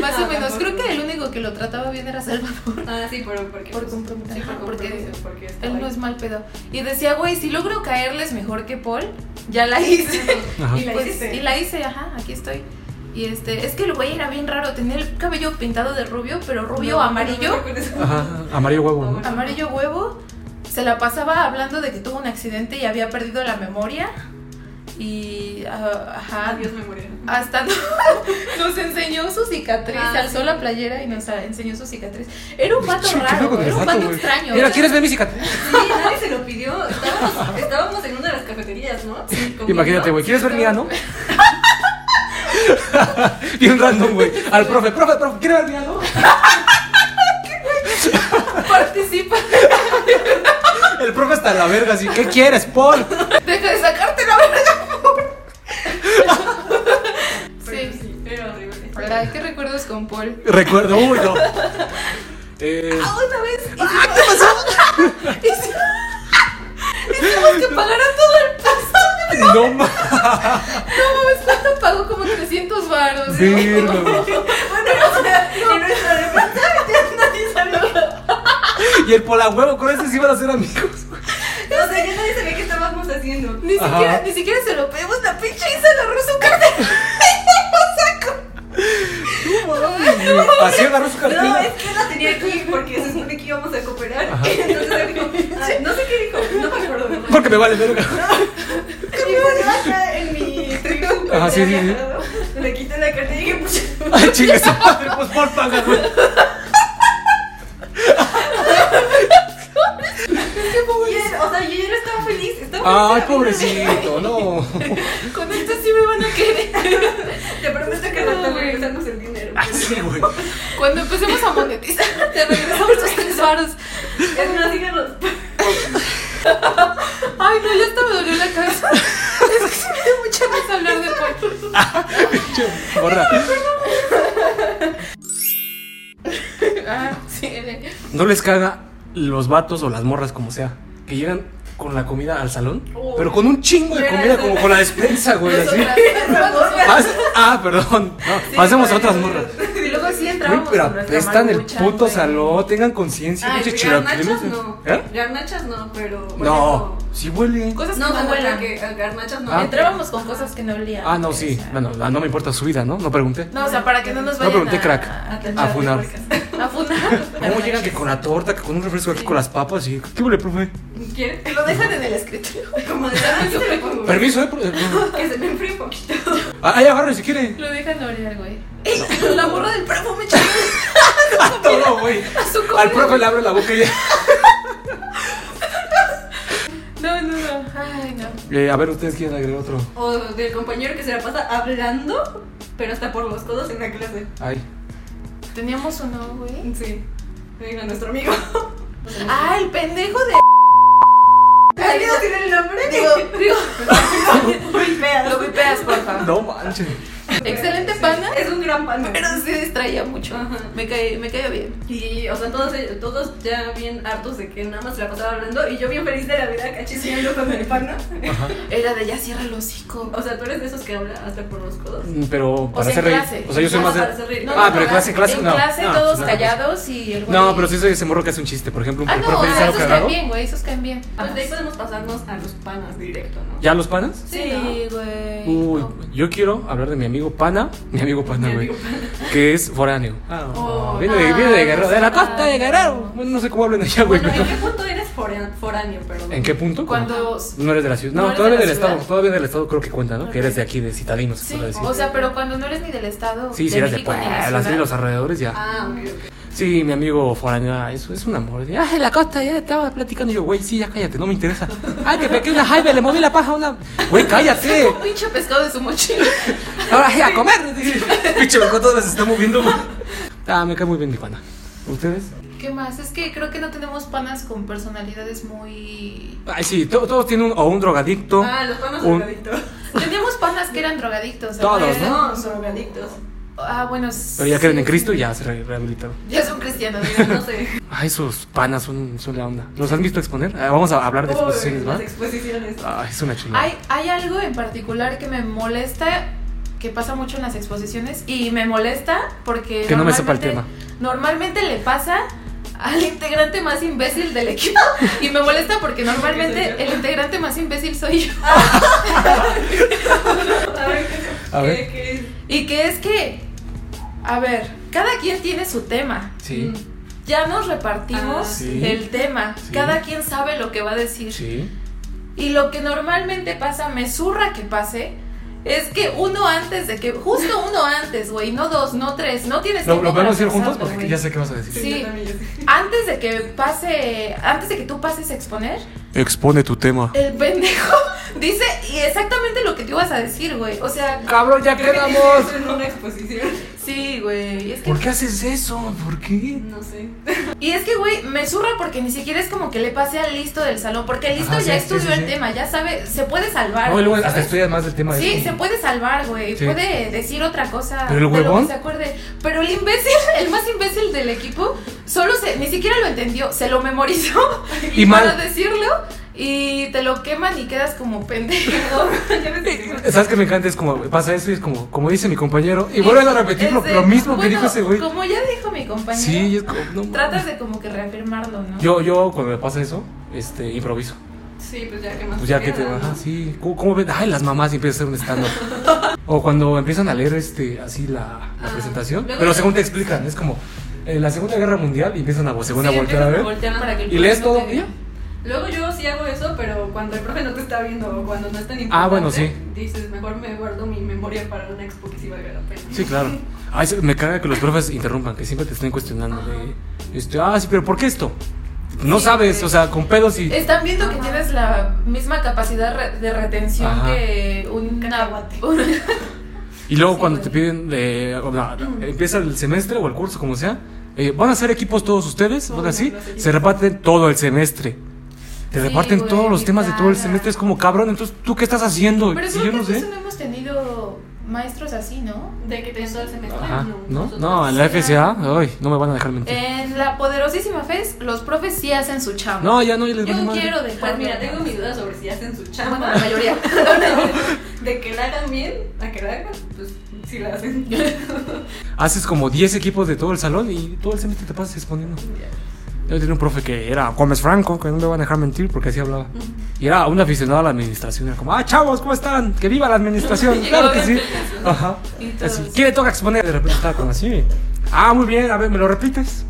[SPEAKER 2] Más
[SPEAKER 3] No,
[SPEAKER 2] o menos,
[SPEAKER 3] tampoco.
[SPEAKER 2] creo que el único que lo trataba bien era Salvador.
[SPEAKER 3] Ah, sí, pero porque.
[SPEAKER 2] Por
[SPEAKER 3] pues,
[SPEAKER 2] compromiso.
[SPEAKER 3] Sí, por
[SPEAKER 2] Ajá, porque
[SPEAKER 3] compromiso. Porque estaba
[SPEAKER 2] Él no
[SPEAKER 3] ahí.
[SPEAKER 2] es mal pedo. Y decía, güey, si logro caerles mejor que Paul, ya la hice.
[SPEAKER 1] Ajá.
[SPEAKER 3] Y la
[SPEAKER 2] Pues,
[SPEAKER 3] hiciste.
[SPEAKER 2] y la hice, ajá, aquí estoy. Y este, es que el güey era bien raro, tenía el cabello pintado de rubio, pero rubio
[SPEAKER 3] No,
[SPEAKER 2] amarillo,
[SPEAKER 3] no, no, no, no, no.
[SPEAKER 1] Ajá, amarillo huevo, ¿no?
[SPEAKER 2] amarillo huevo. Se la pasaba hablando de que tuvo un accidente y había perdido la memoria. Y, ah, ajá,
[SPEAKER 3] Adiós, memoria.
[SPEAKER 2] hasta no- nos enseñó su cicatriz,
[SPEAKER 3] Ah,
[SPEAKER 2] alzó la playera y nos enseñó su cicatriz. Era un vato
[SPEAKER 1] Che, ¿qué fue
[SPEAKER 2] raro,
[SPEAKER 1] con el
[SPEAKER 2] era un
[SPEAKER 1] vato,
[SPEAKER 2] vato
[SPEAKER 1] güey?
[SPEAKER 2] extraño.
[SPEAKER 1] Mira, ¿quieres ver mi cicatriz?
[SPEAKER 3] Sí, nadie se lo pidió. Estábamos, estábamos en una de las cafeterías, ¿no? Comiendo.
[SPEAKER 1] Imagínate, güey, ¿quieres ver mi ano? Bien random, güey. Al profe, profe, profe, ¿quieres ver mi ano?
[SPEAKER 2] Participa,
[SPEAKER 1] El profe está a la verga, así, ¿qué quieres, Paul?
[SPEAKER 2] deja de sacarte la verga. por
[SPEAKER 3] Pero
[SPEAKER 2] favor.
[SPEAKER 3] sí.
[SPEAKER 2] Sí.
[SPEAKER 3] era horrible.
[SPEAKER 2] Ay, ¿Qué recuerdos con Paul?
[SPEAKER 1] Recuerdo, uy, no. Eh,
[SPEAKER 2] Una vez. ¿Qué pasó? Hicimos que pagara todo el pasaje.
[SPEAKER 1] no más.
[SPEAKER 2] No mames, ¿cuánto pagó? Como 300 baros.
[SPEAKER 3] En nuestra defensa, ya nadie sabía.
[SPEAKER 1] Y el Paul a huevo, con ese sí iban a ser amigos.
[SPEAKER 3] O sea, ya nadie sabía qué estábamos haciendo.
[SPEAKER 2] Ni
[SPEAKER 1] Ajá.
[SPEAKER 2] siquiera, ni siquiera se lo pedimos la pinche y se agarró su cartera y lo sacó.
[SPEAKER 1] Así agarró su
[SPEAKER 3] No, es
[SPEAKER 1] cartera.
[SPEAKER 3] que la tenía aquí porque se supone que íbamos a cooperar. Entonces él dijo, "Ay, no sé qué dijo, no me acuerdo.
[SPEAKER 1] Porque me vale verga.
[SPEAKER 3] Y pues yo acá en mi tribu,
[SPEAKER 1] Ajá, sí, sí, sí.
[SPEAKER 3] le quité la carta y dije, pucha,
[SPEAKER 1] Ay, chingue su madre, pues Paul paga, güey.
[SPEAKER 3] y él- o sea, yo ya no estaba
[SPEAKER 1] Ay, pobrecito, no.
[SPEAKER 2] Con esto sí me van a querer.
[SPEAKER 3] Te prometo que no te regresamos el dinero.
[SPEAKER 1] Ay, sí, güey.
[SPEAKER 2] Cuando empecemos a monetizar, te regresamos los tres varos.
[SPEAKER 3] Es más, díganos.
[SPEAKER 2] Ay, no, ya hasta me dolió la cabeza. Es que sí me da mucha risa hablar de pollo.
[SPEAKER 1] Che, Gorda,
[SPEAKER 2] Ah, sí, de-
[SPEAKER 1] no les caga los vatos o las morras, como sea, que llegan con la comida al salón,
[SPEAKER 3] Uy.
[SPEAKER 1] pero con un chingo de comida, como con la despensa, güey. así.
[SPEAKER 2] nosotras.
[SPEAKER 1] Pas- Pues ah, perdón. No, pasemos a otras morras.
[SPEAKER 2] Y luego sí
[SPEAKER 1] Güey,
[SPEAKER 2] entramos.
[SPEAKER 1] pero
[SPEAKER 2] con nuestra
[SPEAKER 1] apestan el
[SPEAKER 2] marucha,
[SPEAKER 1] puto
[SPEAKER 2] güey.
[SPEAKER 1] salón, tengan conciencia.
[SPEAKER 3] Ay,
[SPEAKER 1] pinches
[SPEAKER 3] garnachas
[SPEAKER 1] chilaquiles.
[SPEAKER 3] no.
[SPEAKER 1] ¿Eh?
[SPEAKER 3] Garnachas no, pero.
[SPEAKER 1] No, sí huele.
[SPEAKER 2] Cosas
[SPEAKER 3] No,
[SPEAKER 2] que
[SPEAKER 3] no,
[SPEAKER 2] no
[SPEAKER 3] bueno,
[SPEAKER 2] vuelan.
[SPEAKER 3] que a garnachas no.
[SPEAKER 1] Ah.
[SPEAKER 2] Entrábamos con cosas que no olían.
[SPEAKER 1] Ah, no,
[SPEAKER 2] o
[SPEAKER 1] sí.
[SPEAKER 2] sea.
[SPEAKER 1] Bueno, no me importa su vida, ¿no? No pregunté.
[SPEAKER 2] No, o sea, para que no
[SPEAKER 1] No
[SPEAKER 2] nos vayan
[SPEAKER 1] pregunté,
[SPEAKER 2] a-
[SPEAKER 1] crack.
[SPEAKER 2] A,
[SPEAKER 1] A
[SPEAKER 2] tachar
[SPEAKER 1] funar.
[SPEAKER 2] de puercas. A funar.
[SPEAKER 1] ¿Cómo llegan que con la torta, que con un refresco aquí con las papas y. ¿Qué huele, profe?
[SPEAKER 3] ¿Quién?
[SPEAKER 2] Lo dejan en el escritorio.
[SPEAKER 3] Como de "Dame su refresco".
[SPEAKER 1] Permiso, eh. profe?
[SPEAKER 3] Que se me enfríe un poquito.
[SPEAKER 1] Ah, ahí agarre si quiere.
[SPEAKER 2] Lo dejan orear, güey. Ey, La morra del perfume, chaval.
[SPEAKER 1] A Ah, todo, güey.
[SPEAKER 2] su comida.
[SPEAKER 1] Al profe le abre la boca y ya.
[SPEAKER 2] No, no, no. Ay, no.
[SPEAKER 1] Eh, a ver, ustedes quieren agregar otro.
[SPEAKER 3] O del compañero que se la pasa hablando, pero hasta por los codos en la clase.
[SPEAKER 1] Ay.
[SPEAKER 2] Teníamos uno, güey.
[SPEAKER 3] Sí. Me dijo nuestro amigo.
[SPEAKER 2] Ah, el pendejo de.
[SPEAKER 3] ¿Alguien no tiene el nombre?
[SPEAKER 2] Digo, digo.
[SPEAKER 3] Uy, veas.
[SPEAKER 2] Lo vipeas, porfa.
[SPEAKER 1] Ah, No manches.
[SPEAKER 2] Excelente pana.
[SPEAKER 3] Es un gran pana.
[SPEAKER 2] Pero sí distraía mucho. Me caí, me caía bien.
[SPEAKER 3] Y, o sea, todos, eh, todos ya bien hartos de que nada más se la pasaba hablando. Y yo bien feliz de la vida, cachiseando con el pana.
[SPEAKER 1] Ajá.
[SPEAKER 2] Era de ya cierra el hocico.
[SPEAKER 3] O sea, tú eres de esos que habla hasta por los codos.
[SPEAKER 1] Mm, Pero para
[SPEAKER 2] sea, en
[SPEAKER 1] hacer reír.
[SPEAKER 2] clase.
[SPEAKER 1] O sea, yo soy
[SPEAKER 3] No,
[SPEAKER 1] más
[SPEAKER 3] para hacer
[SPEAKER 1] de.
[SPEAKER 3] reír.
[SPEAKER 1] Ah,
[SPEAKER 3] No,
[SPEAKER 1] pero
[SPEAKER 3] no,
[SPEAKER 1] clase, clase,
[SPEAKER 2] En
[SPEAKER 1] no.
[SPEAKER 2] clase
[SPEAKER 1] No,
[SPEAKER 2] todos
[SPEAKER 1] pues, no.
[SPEAKER 2] callados y el güey.
[SPEAKER 1] No, pero sí soy ese morro que hace un chiste. Por ejemplo, un
[SPEAKER 2] Ah,
[SPEAKER 1] el
[SPEAKER 2] no,
[SPEAKER 1] profe
[SPEAKER 2] ah,
[SPEAKER 1] dice algo
[SPEAKER 2] esos caen
[SPEAKER 1] cagado.
[SPEAKER 2] bien, güey. Esos caen bien.
[SPEAKER 3] Pues de ahí podemos pasarnos a los panas directo, ¿no?
[SPEAKER 1] ¿Ya los panas?
[SPEAKER 2] Sí, güey.
[SPEAKER 1] Uy,
[SPEAKER 2] No.
[SPEAKER 1] yo quiero hablar de mi amigo Pana, mi amigo Pana,
[SPEAKER 3] Mi
[SPEAKER 1] pues, güey,
[SPEAKER 3] amigo
[SPEAKER 1] que es foráneo. Ah,
[SPEAKER 3] Oh,
[SPEAKER 1] viene, de, viene de Guerrero, de la
[SPEAKER 2] ah,
[SPEAKER 1] costa de Guerrero. Bueno, no sé cómo hablan allá, güey.
[SPEAKER 3] Bueno, ¿en
[SPEAKER 1] pero-
[SPEAKER 3] qué punto eres foráneo, foráneo perdón?
[SPEAKER 1] ¿En qué punto?
[SPEAKER 2] Cuando.
[SPEAKER 1] No eres de la ciudad. No,
[SPEAKER 2] No eres
[SPEAKER 1] todavía
[SPEAKER 2] de la
[SPEAKER 1] del
[SPEAKER 2] ciudad.
[SPEAKER 1] estado. Todavía del estado creo que cuenta, ¿no?
[SPEAKER 2] Ok.
[SPEAKER 1] Que eres de aquí, de Citadino, se
[SPEAKER 2] pues, Sí,
[SPEAKER 1] puede decir.
[SPEAKER 2] o sea, pero cuando no eres ni del estado.
[SPEAKER 1] Sí, si eres de
[SPEAKER 2] México ni
[SPEAKER 1] Puebla, así de
[SPEAKER 2] ciudad.
[SPEAKER 1] los alrededores ya.
[SPEAKER 3] Ah, ok, ok.
[SPEAKER 1] Sí, mi amigo foráneo, ah, eso es un amor. Ah, en la costa ya estaba platicando. Y yo, güey, sí, ya cállate, no me interesa. Ah, que pequé una jaibe, le moví la paja a una. Güey, cállate.
[SPEAKER 2] Un pinche pescado de su mochila.
[SPEAKER 1] Ahora sí, a comer. Pinche loco, todos se está moviendo. Ah, me cae muy bien mi pana. ¿Ustedes?
[SPEAKER 2] ¿Qué más? Es que creo que no tenemos panas con personalidades muy.
[SPEAKER 1] Ay, sí, to- todos tienen un, o un drogadicto.
[SPEAKER 3] Ah, los panas
[SPEAKER 1] Un-
[SPEAKER 3] drogadictos.
[SPEAKER 2] Teníamos panas que eran drogadictos. ¿se
[SPEAKER 1] Todos,
[SPEAKER 2] acuerdan?
[SPEAKER 3] No, drogadictos.
[SPEAKER 2] Ah, bueno.
[SPEAKER 1] Pero ya creen en
[SPEAKER 2] sí.
[SPEAKER 1] Cristo y ya se re- rehabilitaron.
[SPEAKER 2] Ya son cristianos.
[SPEAKER 3] No sé.
[SPEAKER 1] Ah, esos panas son, son la onda. ¿Los han visto exponer? Ah, vamos a hablar de exposiciones,
[SPEAKER 3] Uy,
[SPEAKER 1] ¿va?
[SPEAKER 3] Las exposiciones.
[SPEAKER 1] Ah, es una chingada.
[SPEAKER 2] Hay, hay algo en particular que me molesta, que pasa mucho en las exposiciones, y me molesta porque...
[SPEAKER 1] Que no me sepa el
[SPEAKER 2] normalmente- Normalmente le pasa al integrante más imbécil del equipo, y me molesta porque normalmente
[SPEAKER 3] soy yo?
[SPEAKER 2] el integrante más imbécil soy yo.
[SPEAKER 1] A
[SPEAKER 3] A ver, ¿qué-
[SPEAKER 1] ver.
[SPEAKER 3] qué-
[SPEAKER 2] Y que es que, a ver, cada quien tiene su tema.
[SPEAKER 1] Sí,
[SPEAKER 3] mm,
[SPEAKER 2] Ya nos repartimos
[SPEAKER 3] Ah,
[SPEAKER 1] sí.
[SPEAKER 2] el tema.
[SPEAKER 1] Sí.
[SPEAKER 2] Cada quien sabe lo que va a decir.
[SPEAKER 1] sí.
[SPEAKER 2] Y lo que normalmente pasa, me zurra que pase, es que uno antes de que, justo uno antes, güey, no dos, no tres, no tienes
[SPEAKER 1] ¿Lo,
[SPEAKER 2] tiempo
[SPEAKER 1] lo podemos
[SPEAKER 2] para
[SPEAKER 1] decir juntos?
[SPEAKER 2] pensarlo,
[SPEAKER 1] Porque
[SPEAKER 2] güey.
[SPEAKER 1] ya sé qué vas a decir.
[SPEAKER 2] Sí.
[SPEAKER 3] yo también, yo sé.
[SPEAKER 2] Antes de que pase, antes de que tú pases a exponer,
[SPEAKER 1] Expone tu tema.
[SPEAKER 2] el pendejo dice y exactamente lo que tú ibas a decir, güey. O sea,
[SPEAKER 1] Cabrón, ya
[SPEAKER 3] Creo que
[SPEAKER 1] quedamos.
[SPEAKER 3] eso en una exposición.
[SPEAKER 2] sí, güey. Es que,
[SPEAKER 1] ¿Por qué haces eso? ¿Por qué?
[SPEAKER 3] No sé.
[SPEAKER 2] y es que, güey, me zurra porque ni siquiera es como que le pase al listo del salón, porque el listo
[SPEAKER 1] Ajá,
[SPEAKER 2] ya
[SPEAKER 1] sí, sí,
[SPEAKER 2] estudió
[SPEAKER 1] sí,
[SPEAKER 2] el
[SPEAKER 1] sí.
[SPEAKER 2] tema, ya sabe, se puede salvar.
[SPEAKER 1] No, y luego
[SPEAKER 2] ¿sabes?
[SPEAKER 1] hasta estudias más del tema.
[SPEAKER 2] Sí,
[SPEAKER 1] de
[SPEAKER 2] se puede salvar, güey.
[SPEAKER 1] Sí.
[SPEAKER 2] Puede decir otra cosa
[SPEAKER 1] ¿Pero el
[SPEAKER 2] de lo
[SPEAKER 1] huevón?
[SPEAKER 2] que se acuerde. Pero el imbécil, el más imbécil del equipo, solo se, ni siquiera lo entendió, se lo memorizó
[SPEAKER 1] Y
[SPEAKER 2] para
[SPEAKER 1] mal.
[SPEAKER 2] decirlo y te lo queman y quedas como pendejo.
[SPEAKER 3] Ya me sentí-
[SPEAKER 1] ¿Sabes qué me encanta? Es como, pasa eso y es como, como dice mi compañero, y vuelven a repetir lo,
[SPEAKER 2] Es de,
[SPEAKER 1] lo mismo que
[SPEAKER 2] Este, bueno,
[SPEAKER 1] dijo ese güey.
[SPEAKER 2] Como ya dijo mi compañero.
[SPEAKER 1] Sí, y es como, no mames.
[SPEAKER 2] Tratas de como que reafirmarlo, ¿no?
[SPEAKER 1] Yo, yo cuando me pasa eso, este, improviso.
[SPEAKER 3] Sí, pues ya que más.
[SPEAKER 1] Pues ya que te
[SPEAKER 3] queda,
[SPEAKER 1] bajas,
[SPEAKER 3] ¿no?
[SPEAKER 1] sí. ¿Cómo, cómo ven? Ay, las mamás y empiezan a hacer un stand O cuando empiezan a leer este, así la, la
[SPEAKER 3] Ah,
[SPEAKER 1] presentación.
[SPEAKER 3] luego
[SPEAKER 1] Pero
[SPEAKER 3] ya-
[SPEAKER 1] según te explican, es como eh, la Segunda Guerra Mundial y empiezan a, vo- según a
[SPEAKER 3] Sí,
[SPEAKER 1] voltear a
[SPEAKER 3] empiezas
[SPEAKER 1] ver.
[SPEAKER 3] a voltear para que el
[SPEAKER 1] ¿Y lees
[SPEAKER 3] profe no
[SPEAKER 1] todo?
[SPEAKER 3] te vea. Luego yo sí hago eso, pero cuando el profe no te está viendo o cuando no es tan importante.
[SPEAKER 1] Ah, bueno, sí.
[SPEAKER 3] Dices, mejor me guardo mi memoria para una expo que sí valga la pena.
[SPEAKER 1] Sí, claro. Ay, se- me caga que los profes interrumpan, que siempre te estén cuestionando. de, este, ah, sí, pero ¿por qué esto? no
[SPEAKER 2] Sí,
[SPEAKER 1] sabes,
[SPEAKER 2] sí.
[SPEAKER 1] o sea, con pedos y.
[SPEAKER 2] Están viendo que tienes la misma capacidad re- de retención
[SPEAKER 1] Ajá.
[SPEAKER 2] que un
[SPEAKER 3] Cacahuate.
[SPEAKER 1] Y luego
[SPEAKER 2] Sí,
[SPEAKER 1] cuando te
[SPEAKER 2] güey.
[SPEAKER 1] piden, eh, o sea, empieza el semestre o el curso, como sea, eh, van a hacer equipos todos ustedes, van
[SPEAKER 3] Todos
[SPEAKER 1] así,
[SPEAKER 3] los equipos.
[SPEAKER 1] se reparten todo el semestre. Te
[SPEAKER 2] Sí,
[SPEAKER 1] reparten
[SPEAKER 2] güey,
[SPEAKER 1] todos los
[SPEAKER 2] qué
[SPEAKER 1] temas de todo el
[SPEAKER 2] caga.
[SPEAKER 1] semestre, es como cabrón, entonces tú qué estás haciendo?
[SPEAKER 2] Pero
[SPEAKER 1] Y
[SPEAKER 2] creo
[SPEAKER 1] yo
[SPEAKER 2] que
[SPEAKER 1] no
[SPEAKER 2] antes
[SPEAKER 1] sé.
[SPEAKER 2] no hemos tenido maestros así, ¿no?
[SPEAKER 3] De que tenés todo el semestre.
[SPEAKER 1] Ajá, ¿no?
[SPEAKER 3] nosotros
[SPEAKER 1] No, en la FCA, ay, no me van a dejar mentir.
[SPEAKER 2] En la poderosísima FES, los profes sí hacen su chamba.
[SPEAKER 1] no, ya no, ya les vale
[SPEAKER 2] Yo
[SPEAKER 1] madre.
[SPEAKER 2] quiero
[SPEAKER 3] Pues
[SPEAKER 2] dejar.
[SPEAKER 3] mira, tengo mis dudas sobre si hacen su chamba.
[SPEAKER 2] Bueno, la mayoría.
[SPEAKER 3] de que la hagan bien, a que la hagan, pues sí la hacen.
[SPEAKER 1] Haces como 10 equipos de todo el salón y todo el semestre te pasas exponiendo. Yo tenía un profe que era Gómez Franco, que no me van a dejar mentir porque así hablaba. Y era un aficionado a la administración. Era como, ah, chavos, ¿cómo están? Que viva la administración. claro que sí. Ajá.
[SPEAKER 2] Y todos.
[SPEAKER 1] Así, ¿Quién le toca exponer? De repente estaba como así. Ah, muy bien, a ver, ¿me lo repites?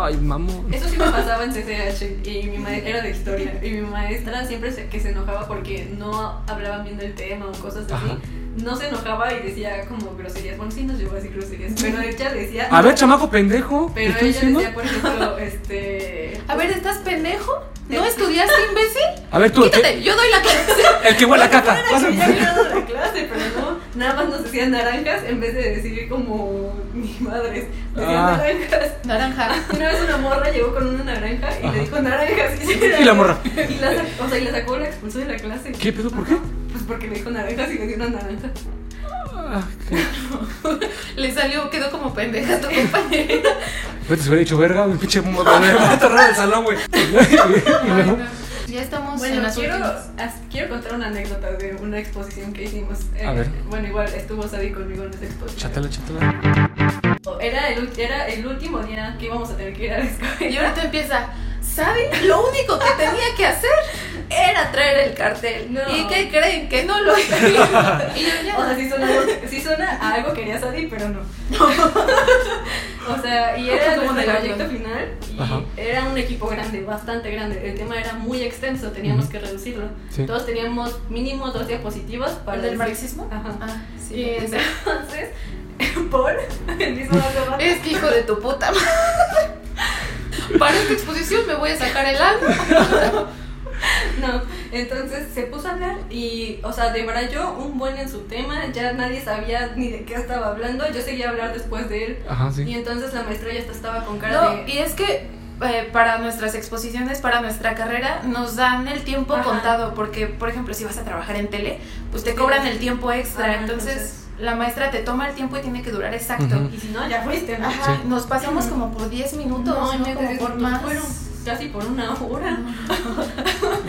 [SPEAKER 1] Ay, mamón.
[SPEAKER 3] Eso sí me pasaba en CCH y mi maestra era de historia y mi maestra siempre se, que se enojaba porque no hablaban bien del tema o cosas así.
[SPEAKER 1] Ajá.
[SPEAKER 3] No se enojaba y decía como groserías. Bueno, sí nos llevó a decir groserías, pero ella decía.
[SPEAKER 1] A ver, chamaco pendejo. ¿qué
[SPEAKER 3] Pero
[SPEAKER 1] estoy
[SPEAKER 3] ella
[SPEAKER 1] diciendo?
[SPEAKER 3] decía, por ejemplo, este.
[SPEAKER 2] A ver, ¿estás pendejo? ¿No estudiaste, imbécil?
[SPEAKER 1] A ver, tú, el que,
[SPEAKER 2] Quítate, yo doy la clase.
[SPEAKER 1] el que huele a caca.
[SPEAKER 3] Era que ya
[SPEAKER 1] Pásame.
[SPEAKER 3] había dado la clase, pero no, nada más nos decían naranjas en vez de decir como ni madres, decían
[SPEAKER 1] Ah.
[SPEAKER 3] naranjas.
[SPEAKER 2] Naranja.
[SPEAKER 3] Una vez una morra llegó con una naranja y
[SPEAKER 1] Ajá.
[SPEAKER 3] le dijo naranjas.
[SPEAKER 1] Y la morra.
[SPEAKER 3] Y la, sa- o sea, y la sacó, la expulsó de la clase.
[SPEAKER 1] ¿Qué pedo? ¿Por qué?
[SPEAKER 3] Pues porque le dijo naranjas y le dio una naranja.
[SPEAKER 1] Ah, qué-
[SPEAKER 2] Le salió, quedó como pendeja tu compañera.
[SPEAKER 1] Vete, se hubiera dicho verga, mi pinche modo de atorrar el salón, güey. Y
[SPEAKER 2] Ay,
[SPEAKER 1] luego-
[SPEAKER 2] no. Ya estamos en
[SPEAKER 3] Bueno,
[SPEAKER 2] las
[SPEAKER 3] quiero,
[SPEAKER 2] últimas.
[SPEAKER 3] as- quiero contar una anécdota de una exposición que hicimos. eh,
[SPEAKER 1] A ver.
[SPEAKER 3] Bueno, igual estuvo Sadi conmigo en esa exposición.
[SPEAKER 1] Chatala, chatala.
[SPEAKER 3] Era el, ul- era el último día que íbamos a tener que ir a la escuela.
[SPEAKER 2] Y ahorita empieza, ¿saben? Lo único que tenía que hacer era traer el cartel.
[SPEAKER 3] No.
[SPEAKER 2] ¿Y qué creen? Que no lo hice. y yo
[SPEAKER 3] O sea,
[SPEAKER 2] ya.
[SPEAKER 3] sí suena, sí suena a algo que quería salir, pero no. o sea, y era
[SPEAKER 2] Como
[SPEAKER 3] como el
[SPEAKER 2] de
[SPEAKER 3] proyecto
[SPEAKER 2] London.
[SPEAKER 3] final y
[SPEAKER 1] Ajá.
[SPEAKER 3] era un equipo grande, bastante grande. El tema era muy extenso, teníamos
[SPEAKER 1] Ujú.
[SPEAKER 3] que reducirlo.
[SPEAKER 1] Sí.
[SPEAKER 3] Todos teníamos mínimo dos diapositivas para
[SPEAKER 2] ¿El del
[SPEAKER 3] decir-
[SPEAKER 2] marxismo?
[SPEAKER 3] Ajá.
[SPEAKER 2] Ah, sí.
[SPEAKER 3] y entonces, por el mismo dato
[SPEAKER 2] Es que hijo de tu puta madre. Para esta exposición me voy a sacar el alma.
[SPEAKER 3] No, entonces se puso a hablar y, o sea, debrayó un buen en su tema, ya nadie sabía ni de qué estaba hablando, yo seguía a hablar después de él
[SPEAKER 1] Ajá,
[SPEAKER 3] y entonces la maestra ya hasta estaba con cara
[SPEAKER 2] No,
[SPEAKER 3] de...
[SPEAKER 2] y es que eh, para nuestras exposiciones, para nuestra carrera, nos dan el tiempo
[SPEAKER 3] Ajá.
[SPEAKER 2] contado, porque, por ejemplo, si vas a trabajar en tele, pues te cobran el tiempo extra,
[SPEAKER 3] Ajá,
[SPEAKER 2] entonces,
[SPEAKER 3] entonces.
[SPEAKER 2] la maestra te toma el tiempo y tiene que durar exacto.
[SPEAKER 1] Ujú.
[SPEAKER 3] Y si no, ya fuiste, ¿no?
[SPEAKER 2] Ajá,
[SPEAKER 1] Sí.
[SPEAKER 2] nos pasamos como por 10 minutos, no,
[SPEAKER 3] neta,
[SPEAKER 2] como
[SPEAKER 3] es-
[SPEAKER 2] por
[SPEAKER 3] nos
[SPEAKER 2] más.
[SPEAKER 3] Fueron casi por una hora.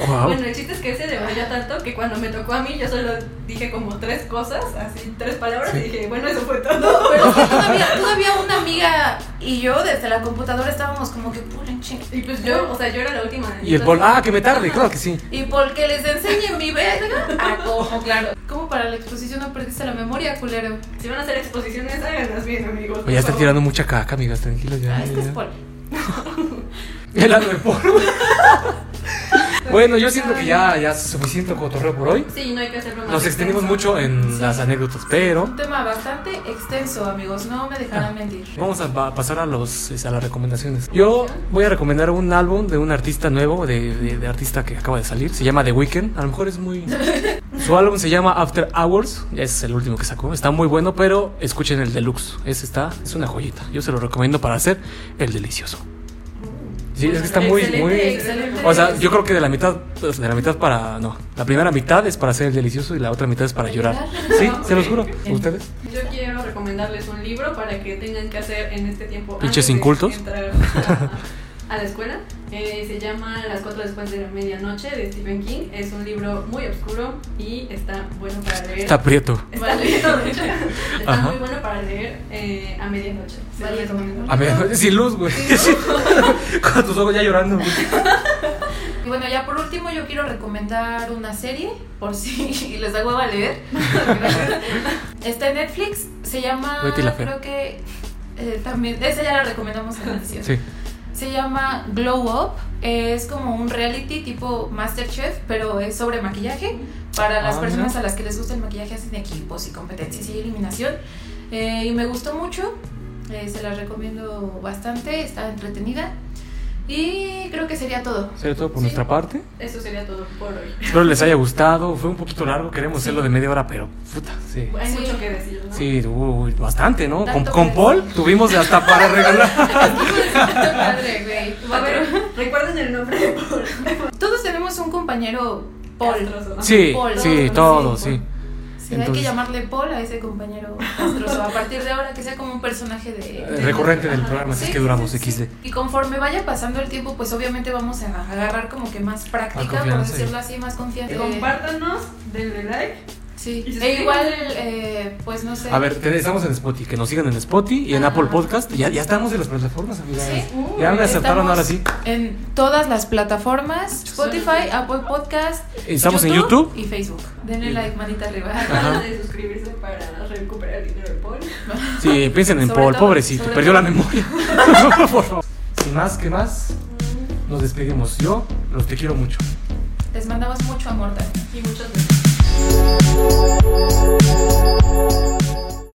[SPEAKER 1] Guau.
[SPEAKER 3] Bueno, el chiste es que él se debrayó tanto que cuando me tocó a mí, yo solo dije como tres cosas, así, tres palabras, y dije, bueno, eso fue todo.
[SPEAKER 2] Pero es que todavía, todavía una amiga y yo desde la computadora estábamos como que pura chinga.
[SPEAKER 3] Y pues yo, o sea, yo era la última.
[SPEAKER 1] Y el pol,
[SPEAKER 3] entonces-
[SPEAKER 1] ah, que me tarde, claro que sí.
[SPEAKER 2] Y porque les enseñe mi verga. Ah, como, claro. Como para la exposición no perdiste la memoria, culero.
[SPEAKER 3] Si van a hacer exposiciones, háganlas bien, amigos. por
[SPEAKER 1] Oye, ya estás
[SPEAKER 3] favor.
[SPEAKER 1] tirando mucha caca, amigas, tranquilas ya.
[SPEAKER 2] Ah, este
[SPEAKER 1] ya.
[SPEAKER 2] es Paul.
[SPEAKER 1] El ano de polvo. bueno, yo siento que ya, ya es suficiente cotorreo por hoy.
[SPEAKER 3] Sí, no hay que hacerlo más.
[SPEAKER 1] Nos extendimos
[SPEAKER 3] extenso.
[SPEAKER 1] mucho eh. en las anécdotas, pero
[SPEAKER 2] Un tema bastante extenso, amigos. No me
[SPEAKER 1] Ah.
[SPEAKER 2] dejarán mentir.
[SPEAKER 1] vamos a pa- pasar a, los, es, a las recomendaciones. Yo voy a recomendar un álbum de un artista nuevo, de, de- de artista que acaba de salir. Se llama The Weeknd. A lo mejor es muy... Su álbum se llama After Hours. Es el último que sacó. Está muy bueno, pero escuchen el deluxe. Ese está, es una joyita. Yo se lo recomiendo para hacer el delicioso. Sí, es que está muy, muy,
[SPEAKER 2] excelente.
[SPEAKER 1] O sea, yo creo que de la mitad, pues, de la mitad para. No, la primera mitad es para hacer el delicioso y la otra mitad es para llorar. Sí, se los juro. ¿Ustedes?
[SPEAKER 3] Yo quiero recomendarles un libro para que tengan que hacer en este tiempo.
[SPEAKER 1] Pinches
[SPEAKER 3] antes de
[SPEAKER 1] incultos.
[SPEAKER 3] Entrar a, a la escuela. Eh, se llama Las cuatro después de la medianoche de Stephen King. Es un libro muy oscuro y está bueno para leer.
[SPEAKER 1] Está prieto.
[SPEAKER 3] Está
[SPEAKER 2] Vale.
[SPEAKER 3] lindo, de hecho. Está
[SPEAKER 1] Ajá.
[SPEAKER 3] muy bueno para leer eh, a medianoche. Se lo
[SPEAKER 2] Vale,
[SPEAKER 3] recomiendo.
[SPEAKER 1] A ver, sin luz, güey. Con tus ojos ya llorando. güey.
[SPEAKER 2] Y bueno, ya por último, yo quiero recomendar una serie, por si les da hueva leer. Está en Netflix, se llama.
[SPEAKER 1] Betty la Fea.
[SPEAKER 2] creo que. eh, también, esa ya la recomendamos en la edición.
[SPEAKER 1] Sí.
[SPEAKER 2] Se llama Glow Up. Es como un reality tipo Masterchef, pero es sobre maquillaje. Para las
[SPEAKER 1] Ah,
[SPEAKER 2] personas
[SPEAKER 1] mira.
[SPEAKER 2] a las que les gusta el maquillaje, hacen equipos y competencias y eliminación. Eh, y me gustó mucho. eh, se las recomiendo bastante. Está entretenida. Y creo que sería todo.
[SPEAKER 1] Sería todo por
[SPEAKER 3] Sí.
[SPEAKER 1] nuestra parte.
[SPEAKER 3] Eso sería todo por hoy.
[SPEAKER 1] Espero les haya gustado. Fue un poquito largo. Queremos hacerlo de media hora, pero puta, sí.
[SPEAKER 3] Hay
[SPEAKER 2] Sí.
[SPEAKER 3] mucho que decir, ¿no?
[SPEAKER 1] Sí, uy, bastante, ¿no? Con,
[SPEAKER 2] Tanto
[SPEAKER 1] con
[SPEAKER 2] que-
[SPEAKER 1] Paul tuvimos hasta para regalar.
[SPEAKER 2] Está padre, güey.
[SPEAKER 3] Va a
[SPEAKER 2] A
[SPEAKER 3] haber-
[SPEAKER 2] ver,
[SPEAKER 3] recuerden el nombre de Paul.
[SPEAKER 2] todos tenemos un compañero Paul.
[SPEAKER 3] Castroso, ¿no?
[SPEAKER 1] Sí,
[SPEAKER 2] Paul,
[SPEAKER 1] sí,
[SPEAKER 2] ¿no?
[SPEAKER 1] todo,
[SPEAKER 2] Sí, Paul.
[SPEAKER 1] sí.
[SPEAKER 2] Sí, hay que
[SPEAKER 1] Entonces-
[SPEAKER 2] llamarle Paul a ese compañero castroso. A partir de ahora que sea como un personaje de...
[SPEAKER 1] Eh, Recurrente del programa, si es
[SPEAKER 2] Sí,
[SPEAKER 1] que duramos
[SPEAKER 2] sí, sí.
[SPEAKER 1] XD.
[SPEAKER 2] Y conforme vaya pasando el tiempo, pues obviamente vamos a agarrar como que más
[SPEAKER 1] Más
[SPEAKER 2] práctica, por
[SPEAKER 1] confianza,
[SPEAKER 2] decirlo así, más confianza.
[SPEAKER 3] Eh, Compártanos, denle like.
[SPEAKER 2] Sí.
[SPEAKER 3] Y
[SPEAKER 2] E igual,
[SPEAKER 3] suscríbanse.
[SPEAKER 2] eh, pues no sé.
[SPEAKER 1] A ver, te- estamos en Spotify, que nos sigan en Spotify y en
[SPEAKER 2] Ah.
[SPEAKER 1] Apple Podcast. Ya, ya estamos en las plataformas, amigas.
[SPEAKER 2] Sí.
[SPEAKER 1] ya me aceptaron
[SPEAKER 2] Estamos
[SPEAKER 1] ahora sí.
[SPEAKER 2] En todas las plataformas, Spotify, Apple Podcast,
[SPEAKER 1] Estamos en YouTube.
[SPEAKER 2] y Facebook. Denle
[SPEAKER 1] Y-
[SPEAKER 2] like, manita arriba.
[SPEAKER 1] Ajá.
[SPEAKER 3] Trata de suscribirse para recuperar el dinero de Paul.
[SPEAKER 1] Sí, piensen en
[SPEAKER 2] Sobre
[SPEAKER 1] Paul,
[SPEAKER 2] todo,
[SPEAKER 1] pobrecito,
[SPEAKER 2] sobre
[SPEAKER 1] perdió
[SPEAKER 2] todo.
[SPEAKER 1] la memoria. Por favor. Sin más que más, nos despedimos. Yo los te quiero mucho.
[SPEAKER 2] Les mandamos mucho amor también.
[SPEAKER 3] Y muchas gracias.